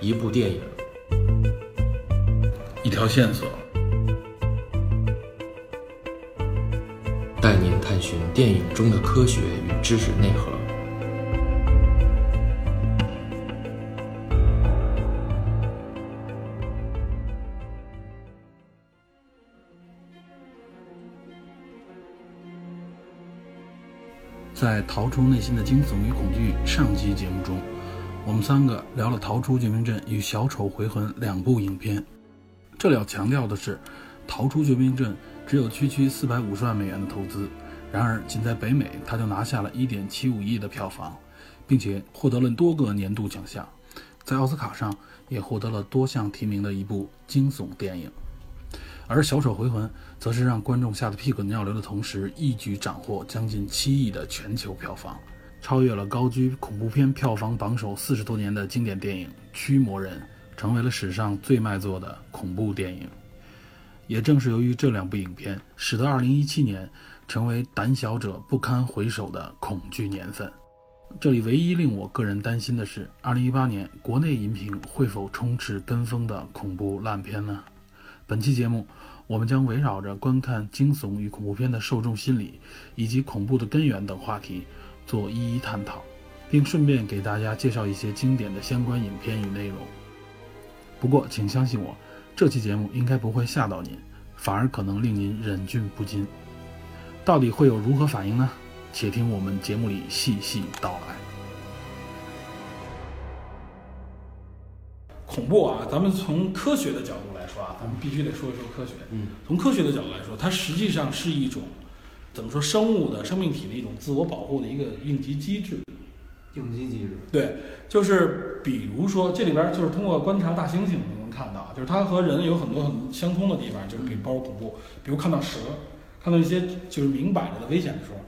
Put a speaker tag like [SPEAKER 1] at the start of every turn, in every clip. [SPEAKER 1] 一部电影，
[SPEAKER 2] 一条线索，
[SPEAKER 1] 带您探寻电影中的科学与知识内核。
[SPEAKER 2] 在《逃出内心的惊悚与恐惧》上期节目中，我们三个聊了《逃出绝命镇》与《小丑回魂》两部影片。这里要强调的是，《逃出绝命镇》只有区区四百五十万美元的投资，然而仅在北美，它就拿下了一点七五亿的票房，并且获得了多个年度奖项，在奥斯卡上也获得了多项提名的一部惊悚电影。而《小丑回魂》则是让观众吓得屁滚尿流的同时，一举斩获将近七亿的全球票房，超越了高居恐怖片票房榜首四十多年的经典电影《驱魔人》，成为了史上最卖座的恐怖电影。也正是由于这两部影片，使得2017年成为胆小者不堪回首的恐惧年份。这里唯一令我个人担心的是，2018年国内荧屏会否充斥跟风的恐怖烂片呢？本期节目，我们将围绕着观看惊悚与恐怖片的受众心理，以及恐怖的根源等话题做一一探讨，并顺便给大家介绍一些经典的相关影片与内容。不过，请相信我，这期节目应该不会吓到您，反而可能令您忍俊不禁。到底会有如何反应呢？且听我们节目里细细道来。恐怖啊，咱们从科学的角度来说啊，咱们必须得说一说科学。
[SPEAKER 1] 嗯，
[SPEAKER 2] 从科学的角度来说，它实际上是一种怎么说生物的生命体的一种自我保护的一个应急机制。
[SPEAKER 1] 应激机制，
[SPEAKER 2] 对，就是比如说这里边就是通过观察大猩猩能看到，啊就是它和人有很多很相通的地方，就是比包括恐怖，比如看到蛇，看到一些就是明摆着的危险的时候，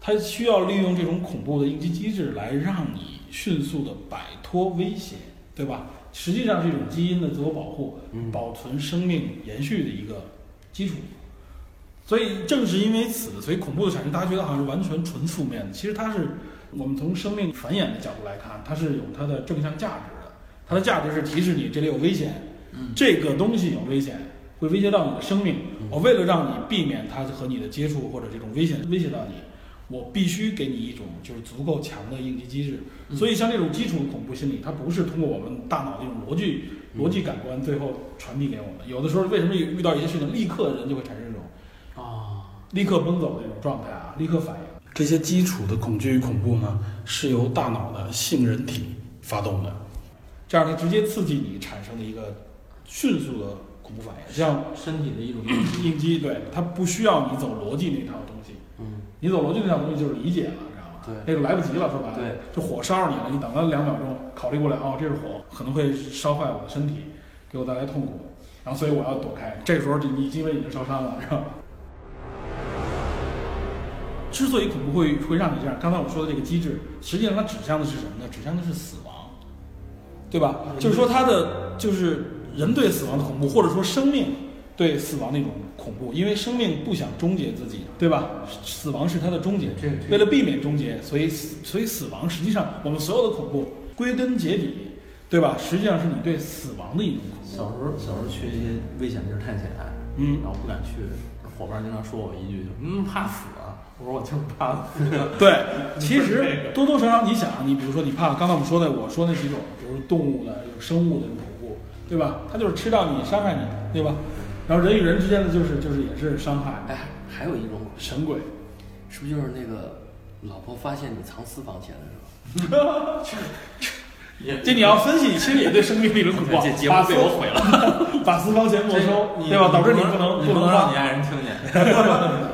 [SPEAKER 2] 它需要利用这种恐怖的应激机制来让你迅速的摆脱威胁，对吧？实际上是一种基因的自我保护，
[SPEAKER 1] 嗯
[SPEAKER 2] 保存生命延续的一个基础。所以正是因为此，所以恐怖的产生，大家觉得好像是完全纯负面的，其实它是我们从生命繁衍的角度来看，它是有它的正向价值的。它的价值是提示你这里有危险，这个东西有危险，会威胁到你的生命。我为了让你避免它和你的接触或者这种危险威胁到你，我必须给你一种就是足够强的应激机制。所以像这种基础恐怖心理，它不是通过我们大脑的一种逻辑逻辑感官最后传递给我们。有的时候为什么遇到一些事情，立刻人就会产生这种
[SPEAKER 1] 哦
[SPEAKER 3] 啊，
[SPEAKER 2] 立刻奔走的一种状态啊，立刻反应。这些基础的恐惧与恐怖呢，是由大脑的杏仁体发动的，这样它直接刺激你产生的一个迅速的恐怖反应。像
[SPEAKER 3] 身体的一种应激，
[SPEAKER 2] 应激，对它不需要你走逻辑那套东西，
[SPEAKER 3] 嗯，
[SPEAKER 2] 你走逻辑那套东西就是理解了，知道吗？
[SPEAKER 3] 对
[SPEAKER 2] 那个来不及了，说白了，
[SPEAKER 3] 对，
[SPEAKER 2] 就火烧你了，你等了两秒钟，考虑过来，哦，这是火，可能会烧坏我的身体，给我带来痛苦，然后所以我要躲开。这时候你你因为已经烧伤了，知道吗？之所以恐怖会会让你这样，刚才我说的这个机制，实际上它指向的是什么呢？指向的是死亡，对吧？就是说它的就是人对死亡的恐怖，或者说生命对死亡的一种恐怖，因为生命不想终结自己，对吧？死亡是它的终结，
[SPEAKER 3] 这这
[SPEAKER 2] 为了避免终结，所以死所以死亡实际上我们所有的恐怖归根结底，对吧？实际上是你对死亡的一种恐怖。
[SPEAKER 3] 小时候小时候去一些危险地儿探险，
[SPEAKER 2] 嗯
[SPEAKER 3] 然后不敢去，伙伴经常说我一句，嗯，怕死啊。我说我就是怕死。
[SPEAKER 2] 对，其实多多少少，你想，你比如说，你怕刚才我们说的，我说那几种，比如动物的、有生物的恐怖，对吧？它就是吃到你，伤害你，对吧？然后人与人之间的就是就是也是伤害，
[SPEAKER 4] 哎，还有一种，
[SPEAKER 2] 神 鬼，
[SPEAKER 4] 是不是就是那个老婆发现你藏私房钱了是
[SPEAKER 3] 也
[SPEAKER 2] 这你要分析，其实也对生命力的 恐怖。
[SPEAKER 4] 吧？
[SPEAKER 2] 把私
[SPEAKER 4] 毁了，
[SPEAKER 2] 把私房钱没收， 对吧？导致你不能
[SPEAKER 3] 你不能让
[SPEAKER 2] 花
[SPEAKER 3] 你。爱人听见。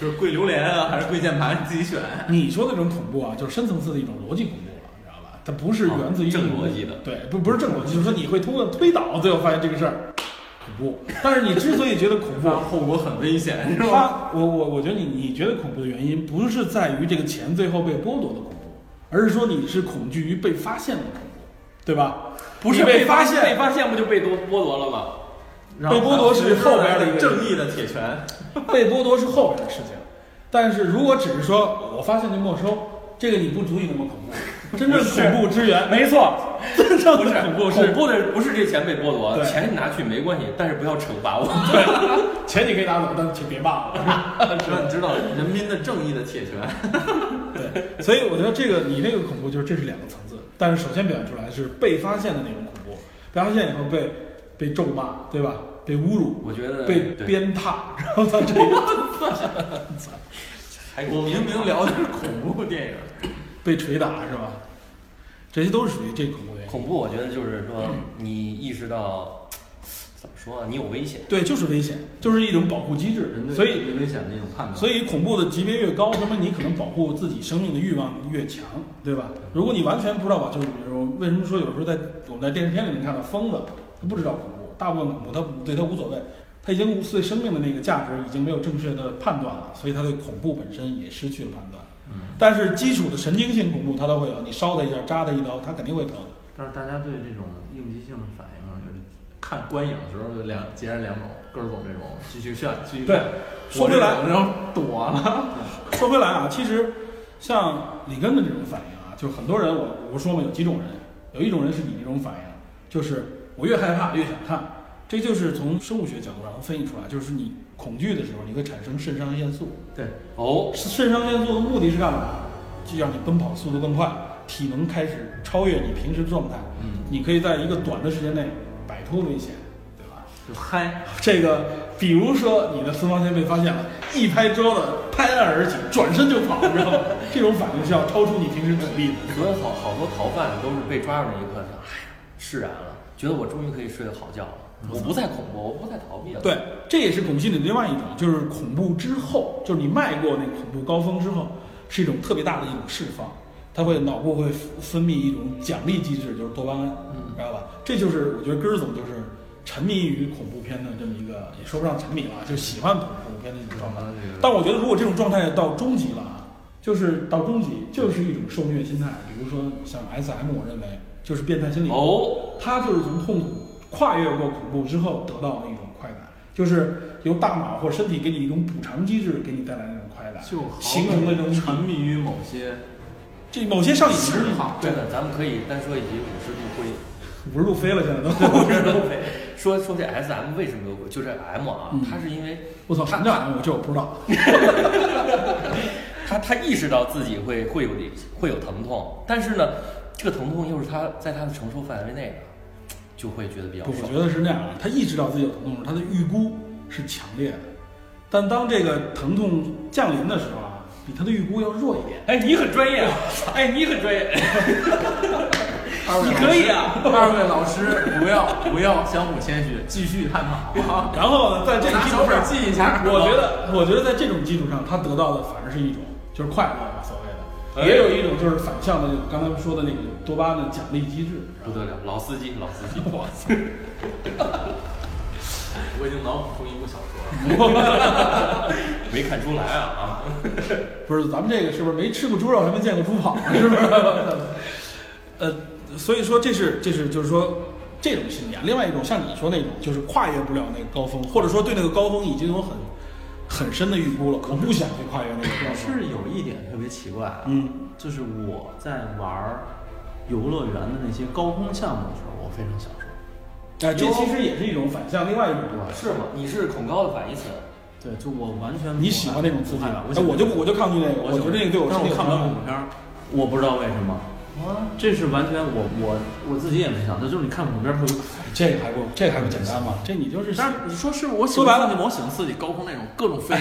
[SPEAKER 3] 就是跪榴莲啊，还是跪键盘，你自己选。
[SPEAKER 2] 你说的这种恐怖啊，就是深层次的一种逻辑恐怖了，你知道吧？它不是源自于
[SPEAKER 3] 哦正逻辑的
[SPEAKER 2] 对，不不是正逻辑，就是说你会通过推导，最后发现这个事儿恐怖。但是你之所以觉得恐 怖，
[SPEAKER 3] 后果很危险，是吧？
[SPEAKER 2] 他，我我我觉得你你觉得恐怖的原因，不是在于这个钱最后被剥夺的恐怖，而是说你是恐惧于被发现的恐怖，对吧？不是
[SPEAKER 4] 你被
[SPEAKER 2] 发
[SPEAKER 4] 被发现不就被夺剥夺了吗？
[SPEAKER 2] 被剥夺是后边的一个
[SPEAKER 3] 正义的铁拳。
[SPEAKER 2] 被剥夺是后边的事情。但是如果只 是说我发现就没收，这个你不足以那么恐怖。真正恐怖之源，没错，
[SPEAKER 5] 不是
[SPEAKER 6] 恐怖是
[SPEAKER 5] 恐怖的不是这钱被剥夺，
[SPEAKER 2] 对
[SPEAKER 5] 钱你拿去没关系，但是不要惩 罚我。
[SPEAKER 2] 钱你可以拿走，但请别骂我。
[SPEAKER 5] 让你知道人民的正义的铁拳。
[SPEAKER 2] 对，所以我觉得这个你那个恐怖就是这是两个层次，但是首先表现出来是被发现的那种恐怖，被发现以后被被咒骂，对吧？被侮辱，
[SPEAKER 5] 我觉得
[SPEAKER 2] 被
[SPEAKER 5] 对
[SPEAKER 2] 鞭挞，然后到这个
[SPEAKER 5] 还我明明聊的是恐怖电影，
[SPEAKER 2] 被捶打，是吧？这些都是属于这个恐怖原因。
[SPEAKER 4] 恐怖，我觉得就是说你意识到怎么说啊，你有危险。
[SPEAKER 2] 对，就是危险，就是一种保护机制。所以
[SPEAKER 5] 对危险的一种判断。
[SPEAKER 2] 所以恐怖的级别越高，那么你可能保护自己生命的欲望越强，对吧？如果你完全不知道吧，就是比如说为什么说有时候在我们在电视片里面看到疯子，他不知道恐怖，大部分恐怖他对他无所谓，他已经无对生命的那个价值已经没有正确的判断了，所以他对恐怖本身也失去了判断。
[SPEAKER 5] 嗯，
[SPEAKER 2] 但是基础的神经性恐怖他都会有，你烧他一下，扎他一刀，他肯定会疼。
[SPEAKER 5] 但是大家对这种应激性的反应，就是看观影的时候就两截然两种，各种这种继续炫，继续
[SPEAKER 2] 对
[SPEAKER 5] 炫。
[SPEAKER 2] 说回来
[SPEAKER 5] 我这种然后躲了，
[SPEAKER 2] 说回来啊，其实像里根的这种反应啊，就是很多人我我说嘛，有几种人，有一种人是你这种反应，就是我越害怕越想看，这就是从生物学角度上能分析出来，就是你恐惧的时候，你会产生肾上腺素。
[SPEAKER 5] 对，
[SPEAKER 4] 哦，
[SPEAKER 2] 肾上腺素的目的是干嘛？就让你奔跑速度更快，体能开始超越你平时的状态，
[SPEAKER 5] 嗯，
[SPEAKER 2] 你可以在一个短的时间内摆脱危险，对吧？
[SPEAKER 5] 就嗨，
[SPEAKER 2] 这个，比如说你的私房钱被发现了，一拍桌子，拍案而起，转身就跑，知道吗？这种反应是要超出你平时体力的。
[SPEAKER 4] 所以好好多逃犯都是被抓住那一刻，哎呀，释然了，觉得我终于可以睡个好觉了，我不再恐怖，我不再逃避了。
[SPEAKER 2] 对，这也是恐怖心理的另外一种，就是恐怖之后，就是你迈过那个恐怖高峰之后，是一种特别大的一种释放，它会脑部会分泌一种奖励机制，就是多巴胺，
[SPEAKER 4] 嗯
[SPEAKER 2] 知道吧？这就是我觉得根儿总就是沉迷于恐怖片的这么一个，也说不上沉迷了，就喜欢恐怖片的一种状态。但我觉得，如果这种状态到终极了啊，就是到终极，就是一种受虐心态。比如说像 S M，我认为就是变态心理。
[SPEAKER 4] 哦，
[SPEAKER 2] 他就是从痛苦跨越过恐怖之后得到的一种快感，就是由大脑或身体给你一种补偿机制，给你带来那种快感，
[SPEAKER 5] 就好
[SPEAKER 2] 形成了一种
[SPEAKER 5] 沉迷于某些
[SPEAKER 2] 这某些上瘾之
[SPEAKER 5] 嗜好
[SPEAKER 2] 对
[SPEAKER 4] 真，的，咱们可以单说一集五十度灰。
[SPEAKER 2] 五十度飞了，现在都。
[SPEAKER 4] 说说这 S M 为什么有鬼？就这 M 啊
[SPEAKER 2] 嗯，
[SPEAKER 4] 他是因为
[SPEAKER 2] 我操，什么叫 M？这我不知道。
[SPEAKER 4] 他他意识到自己会会有点会有疼痛，但是呢，这个疼痛又是他在他的承受范围内的，就会觉得比较
[SPEAKER 2] 不，我
[SPEAKER 4] 爽。
[SPEAKER 2] 觉得是那样的。他意识到自己有疼痛时，他的预估是强烈的，但当这个疼痛降临的时候啊，比他的预估要弱一点。
[SPEAKER 4] 哎，你很专业啊！哎，你很专业，
[SPEAKER 5] 二位
[SPEAKER 4] 你可以啊！
[SPEAKER 5] 二位老师，不要不要相互谦虚，继续探讨啊！
[SPEAKER 2] 然后呢，在这个
[SPEAKER 5] 拿
[SPEAKER 2] 基
[SPEAKER 5] 小
[SPEAKER 2] 础
[SPEAKER 5] 本
[SPEAKER 2] 上，
[SPEAKER 5] 记一下。
[SPEAKER 2] 我觉得，我觉得在这种基础上，他得到的反而是一种就是快乐吧，所谓的，
[SPEAKER 5] 哎
[SPEAKER 2] 也有一种就是反向的，刚才说的那个多巴胺的奖励机制。
[SPEAKER 4] 不得了，老司机，老司机，哇塞！
[SPEAKER 5] 我已经脑补出一部小说了。
[SPEAKER 4] 没看出来啊啊！
[SPEAKER 2] 不是，咱们这个是不是没吃过猪肉，还没见过猪 跑，是不是？呃，所以说这是这是就是说这种信念，另外一种像你说那种，就是跨越不了那个高峰，或者说对那个高峰已经有很很深的预估了，我不想去跨越那个高
[SPEAKER 5] 但
[SPEAKER 2] 峰。
[SPEAKER 5] 是有一点特别奇怪啊，
[SPEAKER 2] 嗯，
[SPEAKER 5] 就是我在玩儿游乐园的那些高空项目的时候，我非常享受。
[SPEAKER 2] 哎、这其实也是一种反向，另外一种对吧？
[SPEAKER 4] 是吗？你是恐高的反义词。
[SPEAKER 5] 对，就我完全
[SPEAKER 2] 你喜欢那种刺激
[SPEAKER 5] 吧
[SPEAKER 2] 吗？？
[SPEAKER 5] 我
[SPEAKER 2] 哎，
[SPEAKER 5] 喜欢
[SPEAKER 2] 我就不我就抗拒那个，我
[SPEAKER 5] 喜
[SPEAKER 2] 觉
[SPEAKER 5] 欢
[SPEAKER 2] 得那个对我
[SPEAKER 5] 但
[SPEAKER 2] 身体
[SPEAKER 5] 是我看不了
[SPEAKER 2] 很
[SPEAKER 5] 恐怖片儿，我不知道为什么，这是完全我我我自己也没想到，就是你看恐怖片儿特别苦。
[SPEAKER 2] 这个还不这个还不简单吗？这你就是
[SPEAKER 5] 但是你说是不是我喜
[SPEAKER 2] 说白
[SPEAKER 5] 欢
[SPEAKER 2] 了
[SPEAKER 5] 刺激吗？我喜欢刺激高空那种各 种飞，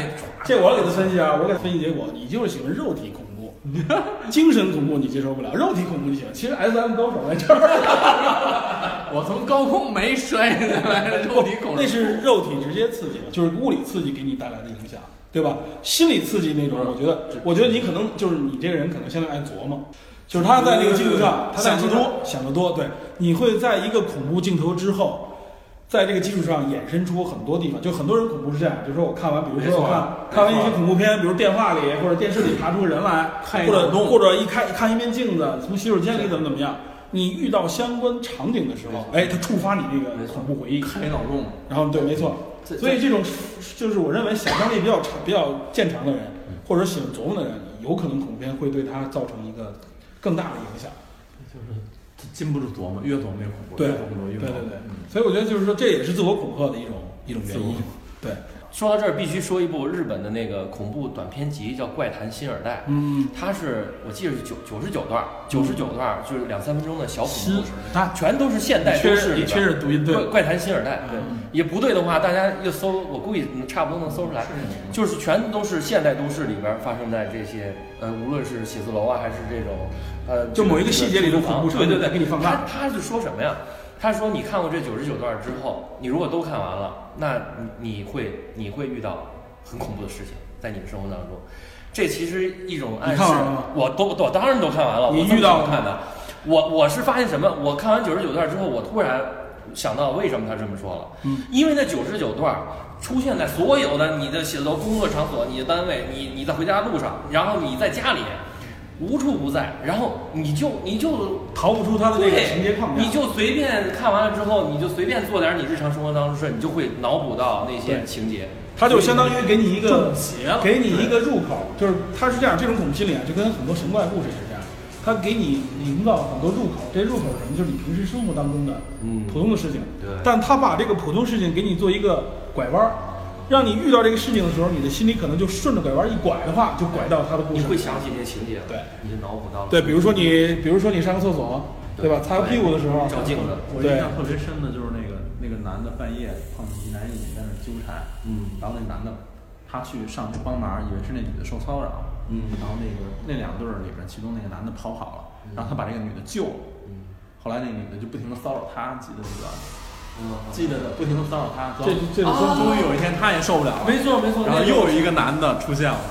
[SPEAKER 2] 这我给他分析啊，我给他分析结果，你就是喜欢肉体恐怖， 精神恐怖你接受不了，肉体恐怖你喜欢。其实 S M 高手在这儿，
[SPEAKER 5] 我从高空没摔下来，肉体恐
[SPEAKER 2] 那
[SPEAKER 5] 怖。
[SPEAKER 2] 是肉体直接刺激的，就是物理刺激给你带来的影响，对吧？心理刺激那种，我觉得，
[SPEAKER 5] 嗯
[SPEAKER 2] 我觉得你可能就是你这个人可能相对爱琢磨。就是他在那个基础上，他在
[SPEAKER 5] 嗯想得多，
[SPEAKER 2] 想得多，对，你会在一个恐怖镜头之后，在这个基础上衍生出很多地方。就很多人恐怖是这样，就是说我看完，比如
[SPEAKER 5] 没
[SPEAKER 2] 说
[SPEAKER 5] 错啊
[SPEAKER 2] 我看看完一些恐怖片，比如电话里或者电视里爬出个人来，
[SPEAKER 5] 看一
[SPEAKER 2] 或者
[SPEAKER 5] 脑洞
[SPEAKER 2] 或者一看一看一面镜子，从洗手间里怎么怎么样，你遇到相关场景的时候，哎，它触发你那个恐怖回忆，
[SPEAKER 5] 开脑洞，
[SPEAKER 2] 然后对，没错。
[SPEAKER 4] 这
[SPEAKER 2] 所以这种就是我认为想象力比较长、比较见长的人，
[SPEAKER 4] 嗯
[SPEAKER 2] 或者喜欢琢磨的人，有可能恐怖片会对他造成一个更大的影响。
[SPEAKER 5] 就是他禁不住琢磨，越琢磨越恐怖，
[SPEAKER 2] 对
[SPEAKER 5] 越琢磨越
[SPEAKER 2] 对
[SPEAKER 5] 恐
[SPEAKER 2] 对
[SPEAKER 5] 怖
[SPEAKER 2] 对
[SPEAKER 5] 嗯，
[SPEAKER 2] 所以我觉得就是说，这也是自我恐吓的一种一种原
[SPEAKER 5] 自我
[SPEAKER 2] 因
[SPEAKER 5] 恐。
[SPEAKER 2] 对，
[SPEAKER 4] 说到这儿，必须说一部日本的那个恐怖短片集，叫《怪谈新耳代》。
[SPEAKER 2] 嗯，
[SPEAKER 4] 它是我记得是九九十九段
[SPEAKER 5] 嗯
[SPEAKER 4] 儿，九十九段儿就是两三分钟的小恐怖故事，
[SPEAKER 2] 大
[SPEAKER 4] 全都是现代
[SPEAKER 2] 确
[SPEAKER 4] 都
[SPEAKER 2] 实
[SPEAKER 4] 市里
[SPEAKER 2] 你确
[SPEAKER 4] 边。
[SPEAKER 2] 实读音对嗯
[SPEAKER 4] 怪，怪谈新耳代，对，
[SPEAKER 5] 嗯
[SPEAKER 4] 也不对的话，大家又搜，我估计差不多能搜出来。就是全都是现代都市里边儿发生在这些，呃，无论是写字楼啊，还是这种，呃，
[SPEAKER 2] 就某一个细节里的恐怖
[SPEAKER 4] 对对对，
[SPEAKER 2] 给你放大
[SPEAKER 4] 他他是说什么呀？他说你看过这九十九段之后，你如果都看完了，那你你会你会遇到很恐怖的事情在你的生活当中。这其实一种暗示
[SPEAKER 2] 你看完了吗，
[SPEAKER 4] 我都我当然都看完了。
[SPEAKER 2] 你
[SPEAKER 4] 啊我这么
[SPEAKER 2] 遇到了吗
[SPEAKER 4] 看的，我我是发现什么？我看完九十九段之后，我突然想到为什么他这么说了。
[SPEAKER 2] 嗯，
[SPEAKER 4] 因为那九十九段出现在所有的你的写字楼、工作场所、你的单位、你你在回家路上，然后你在家里，无处不在，然后你就你就
[SPEAKER 2] 逃不出他的那个
[SPEAKER 4] 对，
[SPEAKER 2] 情节框架。
[SPEAKER 4] 你就随便看完了之后，你就随便做点你日常生活当中的事，你就会脑补到那些
[SPEAKER 2] 对
[SPEAKER 4] 情节。
[SPEAKER 2] 它就相当于给你一个中邪了，给你一个入口，就是它是这样，这种恐怖心理啊，就跟很多神怪故事也是这样，它给你营造很多入口，这入口是什么？就是你平时生活当中的
[SPEAKER 4] 嗯
[SPEAKER 2] 普通的事情，
[SPEAKER 4] 对
[SPEAKER 2] 但他把这个普通事情给你做一个拐弯儿，让你遇到这个事情的时候，你的心里可能就顺着拐弯儿一拐的话，就拐到他的故
[SPEAKER 4] 你
[SPEAKER 2] 事。
[SPEAKER 4] 会想起这些情节，
[SPEAKER 2] 对，
[SPEAKER 4] 你就脑补到了。哎
[SPEAKER 2] 对，比如说你，比如说你上个厕所，对吧？擦个屁股的时候，
[SPEAKER 4] 照镜子，
[SPEAKER 5] 我印象特别深的就是那个那个男的半夜碰见一男一女在那儿纠缠，
[SPEAKER 4] 嗯
[SPEAKER 5] 然后那男的他去上去帮忙，以为是那女的受骚扰，
[SPEAKER 4] 嗯
[SPEAKER 5] 然后那个那两对儿里边，其中那个男的跑跑了，然后他把这个女的救了，
[SPEAKER 4] 嗯
[SPEAKER 5] 后来那女的就不停的骚扰他，记得这个，
[SPEAKER 4] 嗯，
[SPEAKER 5] 记得的，不停的骚扰他，
[SPEAKER 2] 这这个
[SPEAKER 5] 终终于有一天他也受不
[SPEAKER 4] 哦
[SPEAKER 5] 了了，
[SPEAKER 4] 没错没错。
[SPEAKER 5] 然
[SPEAKER 4] 那个
[SPEAKER 5] 后又有一个男的出现了，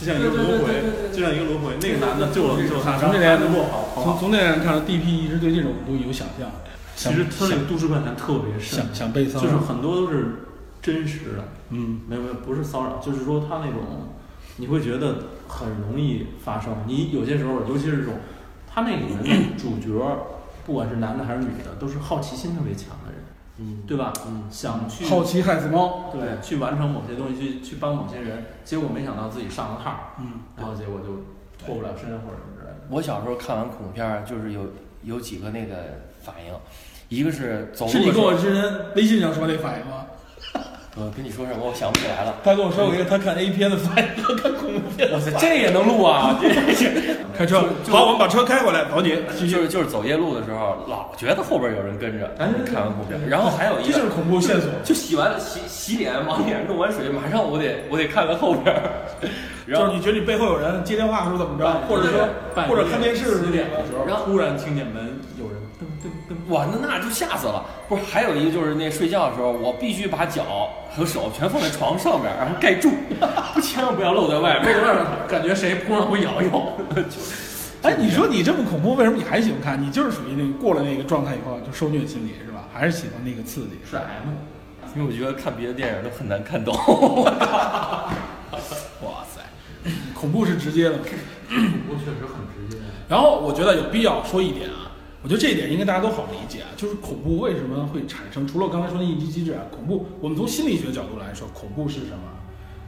[SPEAKER 5] 就像一
[SPEAKER 4] 对
[SPEAKER 5] 个
[SPEAKER 4] 对对
[SPEAKER 5] 轮回
[SPEAKER 4] 对对对，对
[SPEAKER 5] 就像一个轮回，那个男的救了救了他，然
[SPEAKER 2] 从
[SPEAKER 5] 后
[SPEAKER 2] 这
[SPEAKER 5] 他
[SPEAKER 2] 点
[SPEAKER 5] 就落跑跑
[SPEAKER 2] 从
[SPEAKER 5] 跑。
[SPEAKER 2] 从这点看，DP 一直对这种东西有想象，
[SPEAKER 5] 其实他那个都市怪谈特别
[SPEAKER 2] 想
[SPEAKER 5] 深，
[SPEAKER 2] 想被骚
[SPEAKER 5] 就
[SPEAKER 2] 扰
[SPEAKER 5] 是很多都是真实的，
[SPEAKER 2] 嗯，
[SPEAKER 5] 没有没有，不是骚扰，就是说他那种，你会觉得很容易发生。你有些时候，尤其是这种，他那里面的主角，不管是男的还是女的，都是好奇心特别强的人，
[SPEAKER 4] 嗯
[SPEAKER 5] 对吧？
[SPEAKER 4] 嗯
[SPEAKER 5] 想去
[SPEAKER 2] 好奇害死猫。
[SPEAKER 5] 对，去完成某些东西，去去帮某些人，结果没想到自己上了套，
[SPEAKER 2] 嗯，
[SPEAKER 5] 然后结果就脱不了身或者什么之类的。
[SPEAKER 4] 我小时候看完恐怖片儿，就是有有几个那个反应，一个是走路
[SPEAKER 2] 嗯是
[SPEAKER 4] 的
[SPEAKER 2] 你
[SPEAKER 4] 时
[SPEAKER 2] 跟
[SPEAKER 4] 候
[SPEAKER 2] 我，之前微信上说那反应吗？
[SPEAKER 4] 我跟你说什么，我想不起来了。
[SPEAKER 2] 他跟我说过一个他看 A 片的反应，和看恐怖片。
[SPEAKER 4] 哇塞，这也能录啊！这是
[SPEAKER 2] 开车
[SPEAKER 4] 就，就
[SPEAKER 2] 好，我们把车开回来，保你。继
[SPEAKER 4] 就
[SPEAKER 2] 续，
[SPEAKER 4] 是就是走夜路的时候，老觉得后边有人跟着，
[SPEAKER 5] 哎
[SPEAKER 4] 看完恐怖片儿，然后还有一
[SPEAKER 2] 这就
[SPEAKER 4] 个
[SPEAKER 2] 是恐怖线索。
[SPEAKER 4] 就洗完洗洗脸，往脸上弄完水，马上我得我得看看后边儿， 然
[SPEAKER 2] 就
[SPEAKER 4] 后
[SPEAKER 2] 是你觉得你背后有人接电话或者怎么着，或者说
[SPEAKER 5] 半夜
[SPEAKER 2] 或者看电视
[SPEAKER 5] 洗脸的时候，
[SPEAKER 4] 然后
[SPEAKER 5] 突然听见门有人噔噔噔
[SPEAKER 4] 哇，那那就吓死了。不是，还有一个就是那睡觉的时候，我必须把脚和手全放在床上面，然后盖住， 千万不要露在外 面，露在外面感觉谁扑上会咬一口。
[SPEAKER 2] 哎，你说你这么恐怖，为什么你还喜欢看？你就是属于那个过了那个状态以后就受虐心理是吧？还是喜欢那个刺激？
[SPEAKER 5] 是 M。
[SPEAKER 4] 因为我觉得看别的电影都很难看懂。
[SPEAKER 2] 哇塞，恐怖是直接的。
[SPEAKER 5] 我确实很直接。
[SPEAKER 2] 然后我觉得有必要说一点啊，我觉得这一点应该大家都好理解啊，就是恐怖为什么会产生？除了我刚才说的应激机制啊，恐怖，我们从心理学角度来说，恐怖是什么？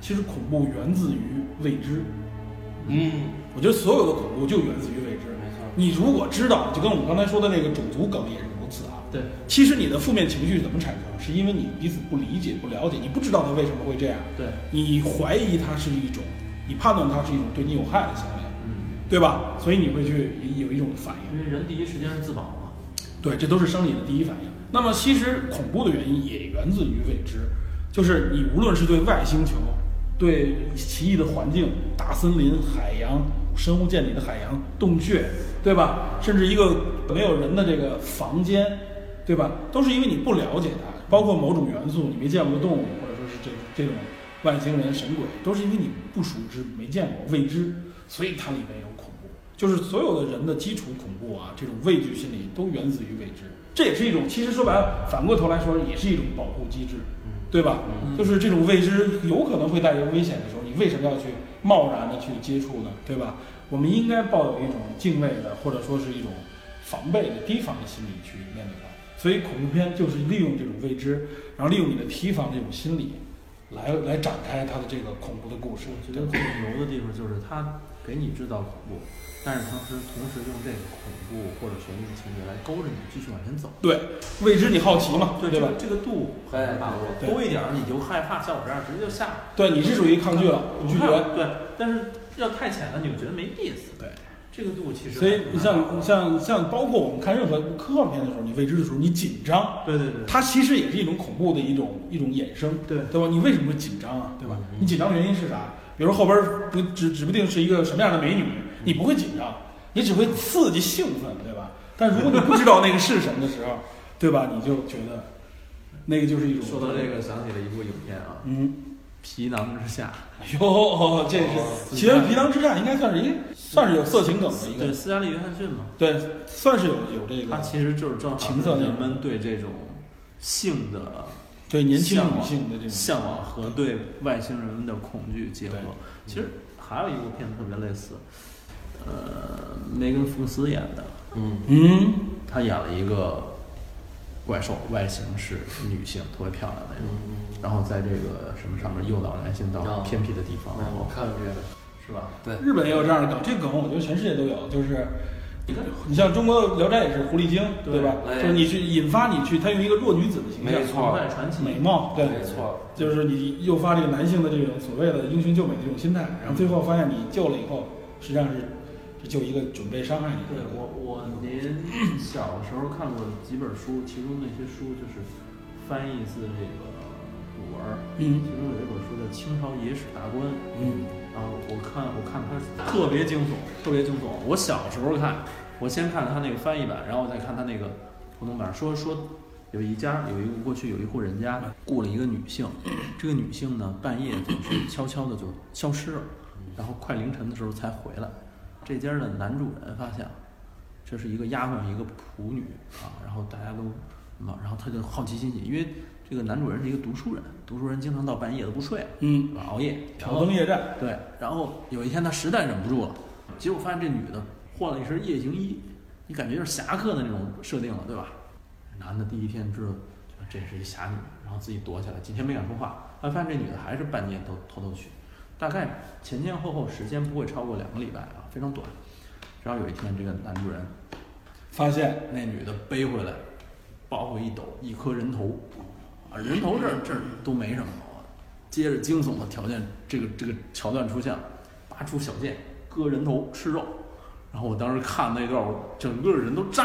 [SPEAKER 2] 其实恐怖源自于未知。
[SPEAKER 4] 嗯，
[SPEAKER 2] 我觉得所有的恐怖就源自于未知。
[SPEAKER 4] 没错
[SPEAKER 2] 你如果知道，就跟我们刚才说的那个种族梗也是如此啊。
[SPEAKER 5] 对，
[SPEAKER 2] 其实你的负面情绪怎么产生，是因为你彼此不理解、不了解，你不知道他为什么会这样，
[SPEAKER 5] 对，
[SPEAKER 2] 你怀疑它是一种，你判断它是一种对你有害的行为，
[SPEAKER 5] 嗯，
[SPEAKER 2] 对吧？所以你会去有一种反应。
[SPEAKER 5] 因为人第一时间是自保嘛。
[SPEAKER 2] 对，这都是生理的第一反应。那么其实恐怖的原因也源自于未知，就是你无论是对外星球、对奇异的环境、大森林、海洋、深无见底的海洋、洞穴，对吧？甚至一个没有人的这个房间，对吧？都是因为你不了解它，包括某种元素你没见过的动物，或者说是这这种外星人、神鬼，都是因为你不熟知、没见过、未知，所以它里面有恐怖。就是所有的人的基础恐怖啊，这种畏惧心理都源自于未知，这也是一种，其实说白了，反过头来说也是一种保护机制，
[SPEAKER 5] 嗯
[SPEAKER 2] 对吧？就是这种未知有可能会带来危险的时候，你为什么要去贸然的去接触呢？对吧？我们应该抱有一种敬畏的，或者说是一种防备的、提防的心理去面对它。所以恐怖片就是利用这种未知，然后利用你的提防这种心理，来来展开它的这个恐怖的故事
[SPEAKER 5] 我。觉
[SPEAKER 2] 对吧
[SPEAKER 5] 得最牛的地方就是他给你制造恐怖，但是同时同时用这个恐怖或者悬疑的情节来勾着你继续往前走。
[SPEAKER 2] 对，未知你好奇嘛，
[SPEAKER 5] 对
[SPEAKER 2] 对吧哎
[SPEAKER 5] 这个？这个度很难把握，
[SPEAKER 2] 对
[SPEAKER 5] 多一点儿你就害怕，像我这样直接就下了。
[SPEAKER 2] 对，你是属于抗拒了，拒
[SPEAKER 5] 不
[SPEAKER 2] 绝。
[SPEAKER 5] 看对，但是要太浅了，你就觉得没意思。
[SPEAKER 2] 对，
[SPEAKER 5] 这个度其实
[SPEAKER 2] 所以
[SPEAKER 5] 很
[SPEAKER 2] 你
[SPEAKER 5] 难把
[SPEAKER 2] 像
[SPEAKER 5] 握
[SPEAKER 2] 像像，包括我们看任何科幻片的时候，你未知的时候，你紧张，
[SPEAKER 5] 对对对
[SPEAKER 2] 它其实也是一种恐怖的一种一种衍生，
[SPEAKER 5] 对
[SPEAKER 2] 对吧？你为什么会紧张啊？对吧
[SPEAKER 4] 嗯？
[SPEAKER 2] 你紧张的原因是啥？比如后边不指指不定是一个什么样的美女，
[SPEAKER 5] 嗯
[SPEAKER 2] 你不会紧张，你只会刺激兴奋，对吧？但如果你不知道那个是什么的时 候，对吧？你就觉得那个就是一种
[SPEAKER 5] 说到这，个，想起了一部影片啊，
[SPEAKER 2] 嗯，
[SPEAKER 5] 《皮囊之下
[SPEAKER 2] 哟，这
[SPEAKER 5] 哦
[SPEAKER 2] 是《奇缘皮囊之战》，应该算是一个算是有色情梗》的一
[SPEAKER 5] 对
[SPEAKER 2] 个，
[SPEAKER 5] 斯嘉丽·约翰逊嘛，
[SPEAKER 2] 对，算是有有这个
[SPEAKER 5] 他。其实就是正好
[SPEAKER 2] 情色
[SPEAKER 5] 是
[SPEAKER 2] 那
[SPEAKER 5] 人
[SPEAKER 2] 种
[SPEAKER 5] 们对这种性的
[SPEAKER 2] 对年轻女性的这种，
[SPEAKER 5] 向往和对外星人的恐惧结合
[SPEAKER 2] 对。嗯
[SPEAKER 5] 其实还有一部片子特别类似，呃，梅根·福斯演的，
[SPEAKER 4] 嗯，
[SPEAKER 2] 嗯，
[SPEAKER 5] 她演了一个怪兽，外形是女性，特别漂亮那种。
[SPEAKER 2] 嗯
[SPEAKER 5] 然后在这个什么上面诱导男性到
[SPEAKER 4] 哦
[SPEAKER 5] 偏僻的地方，然后
[SPEAKER 4] 我看过这个，
[SPEAKER 5] 是吧？
[SPEAKER 4] 对，
[SPEAKER 2] 日本也有这样的梗，这个梗我觉得全世界都有，就是
[SPEAKER 5] 你看，
[SPEAKER 2] 你像中国《聊斋》也是狐狸精，
[SPEAKER 5] 对
[SPEAKER 2] 对吧？
[SPEAKER 4] 哎
[SPEAKER 2] 就是你去引发你去，他用一个弱女子的形象
[SPEAKER 4] 没，错
[SPEAKER 5] 崇拜传奇，
[SPEAKER 2] 美貌，对，
[SPEAKER 4] 没错，
[SPEAKER 2] 就是你诱发这个男性的这种所谓的英雄救美的这种心态，然后最后发现你救了以后，实际上是是救一个准备伤害你
[SPEAKER 5] 对
[SPEAKER 2] 的人。
[SPEAKER 5] 我，我您小时候看过几本书，其中那些书就是翻译自这个古文儿，
[SPEAKER 2] 嗯
[SPEAKER 5] 其中有一本书叫《清朝野史大观》，
[SPEAKER 2] 嗯，
[SPEAKER 5] 然后我看我看它特别惊悚，特别惊悚。我小时候看，我先看它那个翻译版，然后我再看它那个普通版，说说有一家有一个过去有一户人家雇了一个女性，这个女性呢半夜总是悄悄的就消失了，然后快凌晨的时候才回来。这家的男主人发现，这是一个丫鬟一个仆女啊，然后大家都嘛，然后他就好奇心起，因为这个男主人是一个读书人，读书人经常到半夜都不睡，
[SPEAKER 2] 嗯，
[SPEAKER 5] 熬夜，然
[SPEAKER 2] 挑
[SPEAKER 5] 后
[SPEAKER 2] 灯夜战，
[SPEAKER 5] 对，然后有一天他实在忍不住了，结果发现这女的换了一身夜行衣，你感觉就是侠客的那种设定了，对吧？男的第一天知道这是一侠女，然后自己躲起来，几天没敢说话，后来发现这女的还是半夜偷偷偷去，大概前前后后时间不会超过两个礼拜啊，非常短。然后有一天，这个男主人
[SPEAKER 2] 发现
[SPEAKER 5] 那女的背回来，抱回一斗一颗人头，啊，人头这儿这儿都没什么。啊接着惊悚的条件，这个这个桥段出现了，拔出小剑割人头吃肉，然后我当时看那段，我整个人都炸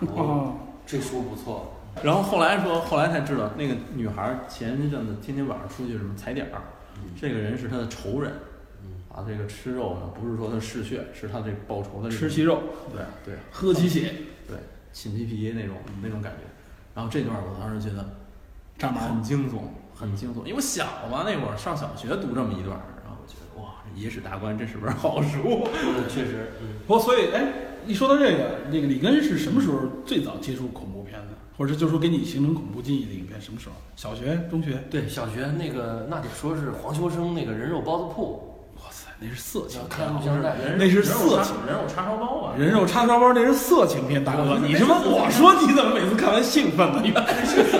[SPEAKER 5] 了。
[SPEAKER 2] 哦，
[SPEAKER 4] 这书不错，
[SPEAKER 5] 然后后来说，后来才知道那个女孩儿前一阵子天天晚上出去什么踩点儿，这个人是她的仇人，啊，这个吃肉呢不是说她嗜血，是她这报仇 的这
[SPEAKER 2] 吃
[SPEAKER 5] 种
[SPEAKER 2] 其肉，
[SPEAKER 5] 对对，
[SPEAKER 2] 喝其血，
[SPEAKER 5] 对，擤皮皮那种那种感觉。然后这段儿我当时觉得
[SPEAKER 2] 炸毛
[SPEAKER 5] 很惊悚，很惊悚，因为我小嘛那会儿上小学读这么一段儿，然后我觉得哇，这野史大观这是本好书。
[SPEAKER 4] 嗯确实，嗯
[SPEAKER 2] 不，所以哎，一说到这个，那个里根是什么时候最早接触恐怖片的，或者就说给你形成恐怖记忆的影片，什么时候？小学、中学？
[SPEAKER 4] 对，小学那个那得说是黄秋生那个人肉包子铺，
[SPEAKER 2] 哇塞，那是色情
[SPEAKER 4] 要
[SPEAKER 2] 片，
[SPEAKER 4] 看录像带，
[SPEAKER 2] 那是色
[SPEAKER 5] 人
[SPEAKER 2] 情
[SPEAKER 5] 人肉叉烧包啊！
[SPEAKER 2] 人肉叉烧包，那是色情片，大哥，你他妈我说你怎么每次看完兴奋了？你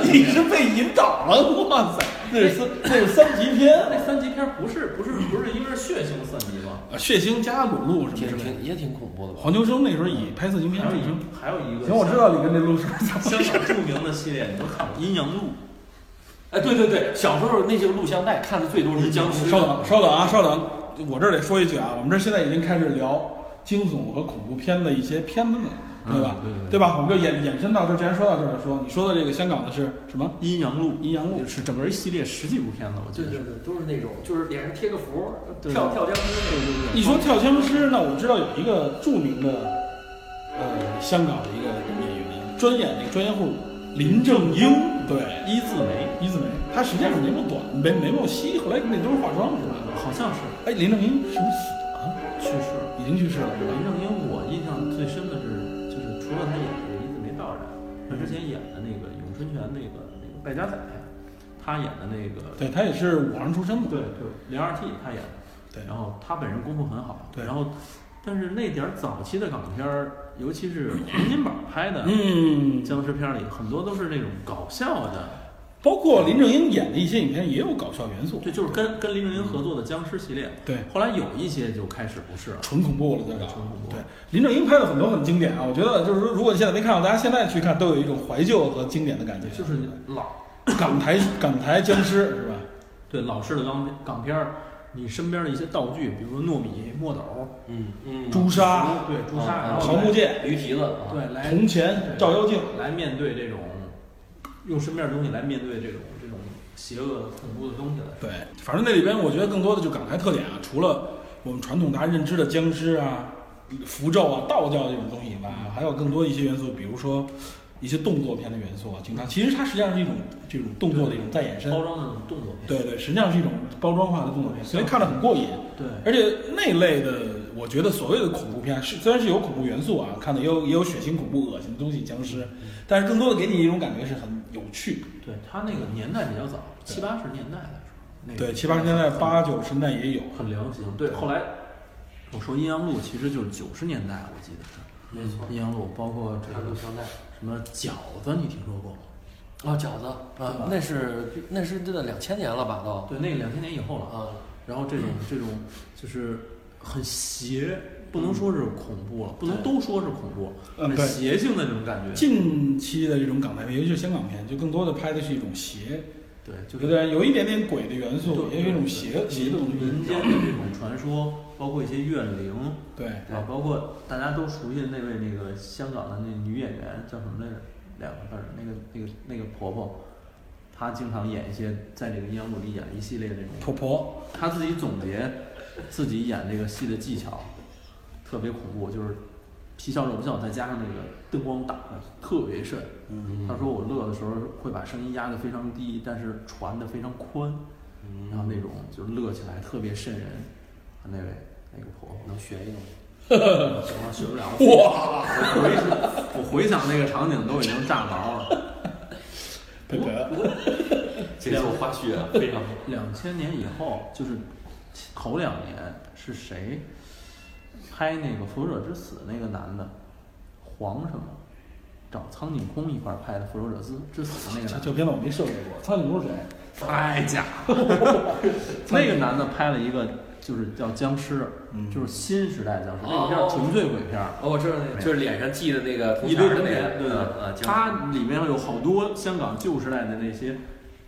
[SPEAKER 2] 你是被引导了，哇塞，那是三那是三级片，
[SPEAKER 5] 那三级片儿不是不是不是因为是血腥三级吗？
[SPEAKER 2] 啊血腥加裸露什
[SPEAKER 4] 挺
[SPEAKER 2] 么之类的。
[SPEAKER 4] 挺也挺恐怖的吧？
[SPEAKER 2] 黄秋生那时候以拍色情片
[SPEAKER 5] 还有
[SPEAKER 2] 著
[SPEAKER 5] 一
[SPEAKER 2] 称。
[SPEAKER 5] 还有一个
[SPEAKER 2] 行，我知道里根这路数。
[SPEAKER 5] 香港著名的系列，你都看过《阴阳路》？
[SPEAKER 4] 哎，对对对，小时候那些个录像带看的最多是僵尸，
[SPEAKER 2] 稍等，稍等啊，稍等，我这儿得说一句啊，我们这现在已经开始聊惊悚和恐怖片的一些片子了，对吧？
[SPEAKER 5] 嗯对对对
[SPEAKER 2] 吧？我们就衍衍生到这儿，既然说到这儿来说，你说的这个香港的是什么？
[SPEAKER 5] 阴阳路，
[SPEAKER 2] 阴阳路
[SPEAKER 5] 是整个一系列十几部片子，我记
[SPEAKER 4] 对
[SPEAKER 5] 得
[SPEAKER 4] 对
[SPEAKER 5] 是。
[SPEAKER 4] 对，都是那种就是脸上贴个符，
[SPEAKER 5] 对
[SPEAKER 4] 跳跳僵尸那种。
[SPEAKER 2] 一说跳僵尸，那我知道有一个著名的，呃，香港的一个演员，专演那个专业户林正英，对，
[SPEAKER 5] 一字眉，
[SPEAKER 2] 一字眉，他时间是眉毛短，眉眉毛稀，后来那都是化妆是吧？
[SPEAKER 5] 好像是
[SPEAKER 2] 哎，林正英是不是死了啊？
[SPEAKER 5] 去世了。
[SPEAKER 2] 已经去世了是吧
[SPEAKER 5] 林？正英，我印象最深的是，就是除了他演的《一字眉道人》，他之前演的那个《咏春拳》那个那个败家仔，他演的那个
[SPEAKER 2] 对他也是武行出身嘛，
[SPEAKER 5] 对对零二 T 他演的，
[SPEAKER 2] 对
[SPEAKER 5] 然后他本人功夫很好，
[SPEAKER 2] 对
[SPEAKER 5] 然后但是那点儿早期的港片儿，尤其是洪金宝拍的
[SPEAKER 2] 嗯，
[SPEAKER 5] 僵尸片儿里，很多都是那种搞笑的，
[SPEAKER 2] 包括林正英演的一些影片也有搞笑元素，
[SPEAKER 5] 对，就是跟跟林正英合作的僵尸系列，
[SPEAKER 2] 对，
[SPEAKER 5] 后来有一些就开始不是了。
[SPEAKER 2] 纯恐怖了，这个
[SPEAKER 5] 对纯恐怖
[SPEAKER 2] 对，林正英拍的很多很经典啊，我觉得就是说，如果你现在没看到，大家现在去看都有一种怀旧和经典的感觉，
[SPEAKER 5] 就是老
[SPEAKER 2] 港台港台僵尸是吧？
[SPEAKER 5] 对老式的港片港片儿，你身边的一些道具，比如说糯米、墨斗、
[SPEAKER 4] 嗯嗯，
[SPEAKER 2] 朱砂、
[SPEAKER 5] 对朱砂，
[SPEAKER 4] 啊
[SPEAKER 5] 然后
[SPEAKER 2] 桃木剑、
[SPEAKER 4] 驴蹄子啊，
[SPEAKER 5] 对来
[SPEAKER 2] 铜钱、照妖镜，
[SPEAKER 5] 来面对这种用身边的东西来面对这种这种邪恶恐怖的东西来。
[SPEAKER 2] 对，反正那里边我觉得更多的就港台特点啊，除了我们传统大家认知的僵尸啊、符咒啊、道教这种东西以外啊，还有更多一些元素，比如说一些动作片的元素啊，经常其实它实际上是一种这种动作的一种再衍生，
[SPEAKER 5] 包装的动作片，
[SPEAKER 2] 对对，实际上是一种包装化的动作片，所以看着很过瘾。
[SPEAKER 5] 对
[SPEAKER 2] 而且那类的，我觉得所谓的恐怖片是虽然是有恐怖元素啊，看的也有也有血腥、恐怖、恶心的东西，僵尸，
[SPEAKER 5] 嗯
[SPEAKER 2] 但是更多的给你一种感觉是很有趣。
[SPEAKER 5] 对，他那个年代比较早，
[SPEAKER 2] 对
[SPEAKER 5] 七八十年代来说，那个
[SPEAKER 2] 对，七八十年代、八九十年代也有。
[SPEAKER 5] 很良心。对，后来我说《阴阳路》其实就是九十年代，我记得是
[SPEAKER 4] 没错嗯
[SPEAKER 5] 阴阳路》，包括这
[SPEAKER 4] 还有
[SPEAKER 5] 个
[SPEAKER 4] 录像带。
[SPEAKER 5] 什么饺子，你听说过吗？
[SPEAKER 4] 啊，饺子
[SPEAKER 5] 对吧
[SPEAKER 4] 啊，那是那是这两千年了吧都
[SPEAKER 5] 对，那个两千年以后了。
[SPEAKER 4] 啊，
[SPEAKER 5] 然后这种这种就是很邪，不能说是恐怖了，不能都说是恐怖，
[SPEAKER 2] 嗯
[SPEAKER 5] 很
[SPEAKER 2] 对
[SPEAKER 5] 邪性的这种感觉。
[SPEAKER 2] 近期的这种港台片，尤其是香港片，就更多的拍的是一种邪，
[SPEAKER 5] 对，就
[SPEAKER 2] 就是有点有一点点鬼的元素，
[SPEAKER 5] 对
[SPEAKER 2] 也有一种邪邪的东
[SPEAKER 5] 民
[SPEAKER 2] 西。
[SPEAKER 5] 间的这种传说，包括一些怨灵
[SPEAKER 2] 对，
[SPEAKER 5] 啊，包括大家都熟悉的那位那个香港的那女演员叫什么来着？两个字儿，那个那个那个婆婆，她经常演一些在这个《阴阳路》里演一系列这种
[SPEAKER 2] 婆婆，
[SPEAKER 5] 他自己总结自己演这个戏的技巧，特别恐怖，就是皮笑肉不笑，再加上那个灯光打的特别顺。
[SPEAKER 2] 嗯，
[SPEAKER 5] 他说我乐的时候会把声音压得非常低，但是传得非常宽，
[SPEAKER 4] 嗯
[SPEAKER 5] 然后那种就是乐起来特别瘆人。那位那个 婆婆
[SPEAKER 4] 能学一个吗？
[SPEAKER 5] 行了，学不了。哇！我回想我回想那个场景都已经炸毛了。
[SPEAKER 2] 佩佩。
[SPEAKER 4] 这就是花絮啊，非常好。
[SPEAKER 5] 两千年以后，就是头两年是谁拍那个《复仇者之死》那个男的，黄什么，找苍井空一块儿拍的《复仇者之之死》那个
[SPEAKER 2] 这
[SPEAKER 5] 男
[SPEAKER 2] 这
[SPEAKER 5] 的，
[SPEAKER 2] 片子我没涉猎过，苍井空是谁？
[SPEAKER 5] 太假了。 那个男的拍了一个就是叫僵尸，就是新时代僵尸，那个片儿纯粹鬼片儿。
[SPEAKER 4] 哦，我知道那个，就是脸上系的那个铜
[SPEAKER 5] 一
[SPEAKER 4] 钱儿的
[SPEAKER 5] 堆铜
[SPEAKER 4] 那
[SPEAKER 5] 钱，
[SPEAKER 4] 个，
[SPEAKER 5] 对
[SPEAKER 4] 嗯啊，僵尸
[SPEAKER 5] 它里面有好多香港旧时代的那些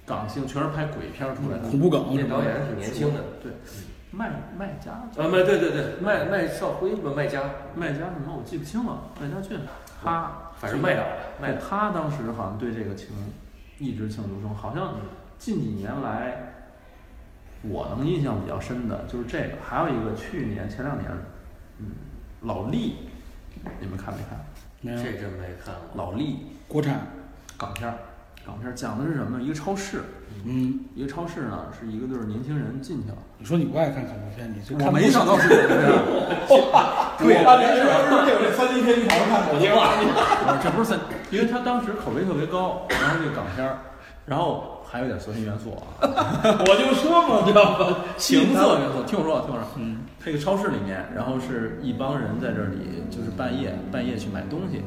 [SPEAKER 5] 港星，全是拍鬼片儿出来的。
[SPEAKER 2] 恐怖梗
[SPEAKER 4] 那导演还挺年轻的，
[SPEAKER 5] 对，麦麦家
[SPEAKER 4] 嗯啊，麦对对对，麦麦少辉嘛，麦家，
[SPEAKER 5] 麦家什么我记不清了，麦家俊，他
[SPEAKER 4] 反正麦导的，麦
[SPEAKER 5] 麦
[SPEAKER 4] 导
[SPEAKER 5] 他当时好像对这个情一直情有独钟，好像近几年来我能印象比较深的就是这个，还有一个去年前两年，嗯，老力，你们看没看？
[SPEAKER 2] 没有
[SPEAKER 4] 这真没看过。
[SPEAKER 5] 老力
[SPEAKER 2] 国产，
[SPEAKER 5] 港片儿，港片儿讲的是什么呢？一个超市，
[SPEAKER 2] 嗯，
[SPEAKER 5] 一个超市呢是一个队儿年轻人进去了，
[SPEAKER 2] 你说你不爱看恐怖片，你这
[SPEAKER 5] 我没想到是这样，
[SPEAKER 2] 对，啊，你是不是有这三级片你好好看？我听了，
[SPEAKER 5] 啊这不是三，因为他当时口碑特别高，然后这个港片儿，然后还有点色情元素啊。
[SPEAKER 2] 我就说嘛，知道吧？
[SPEAKER 5] 情色元素，听我说，听我说，嗯，这个超市里面，然后是一帮人在这里，就是半夜半夜去买东西，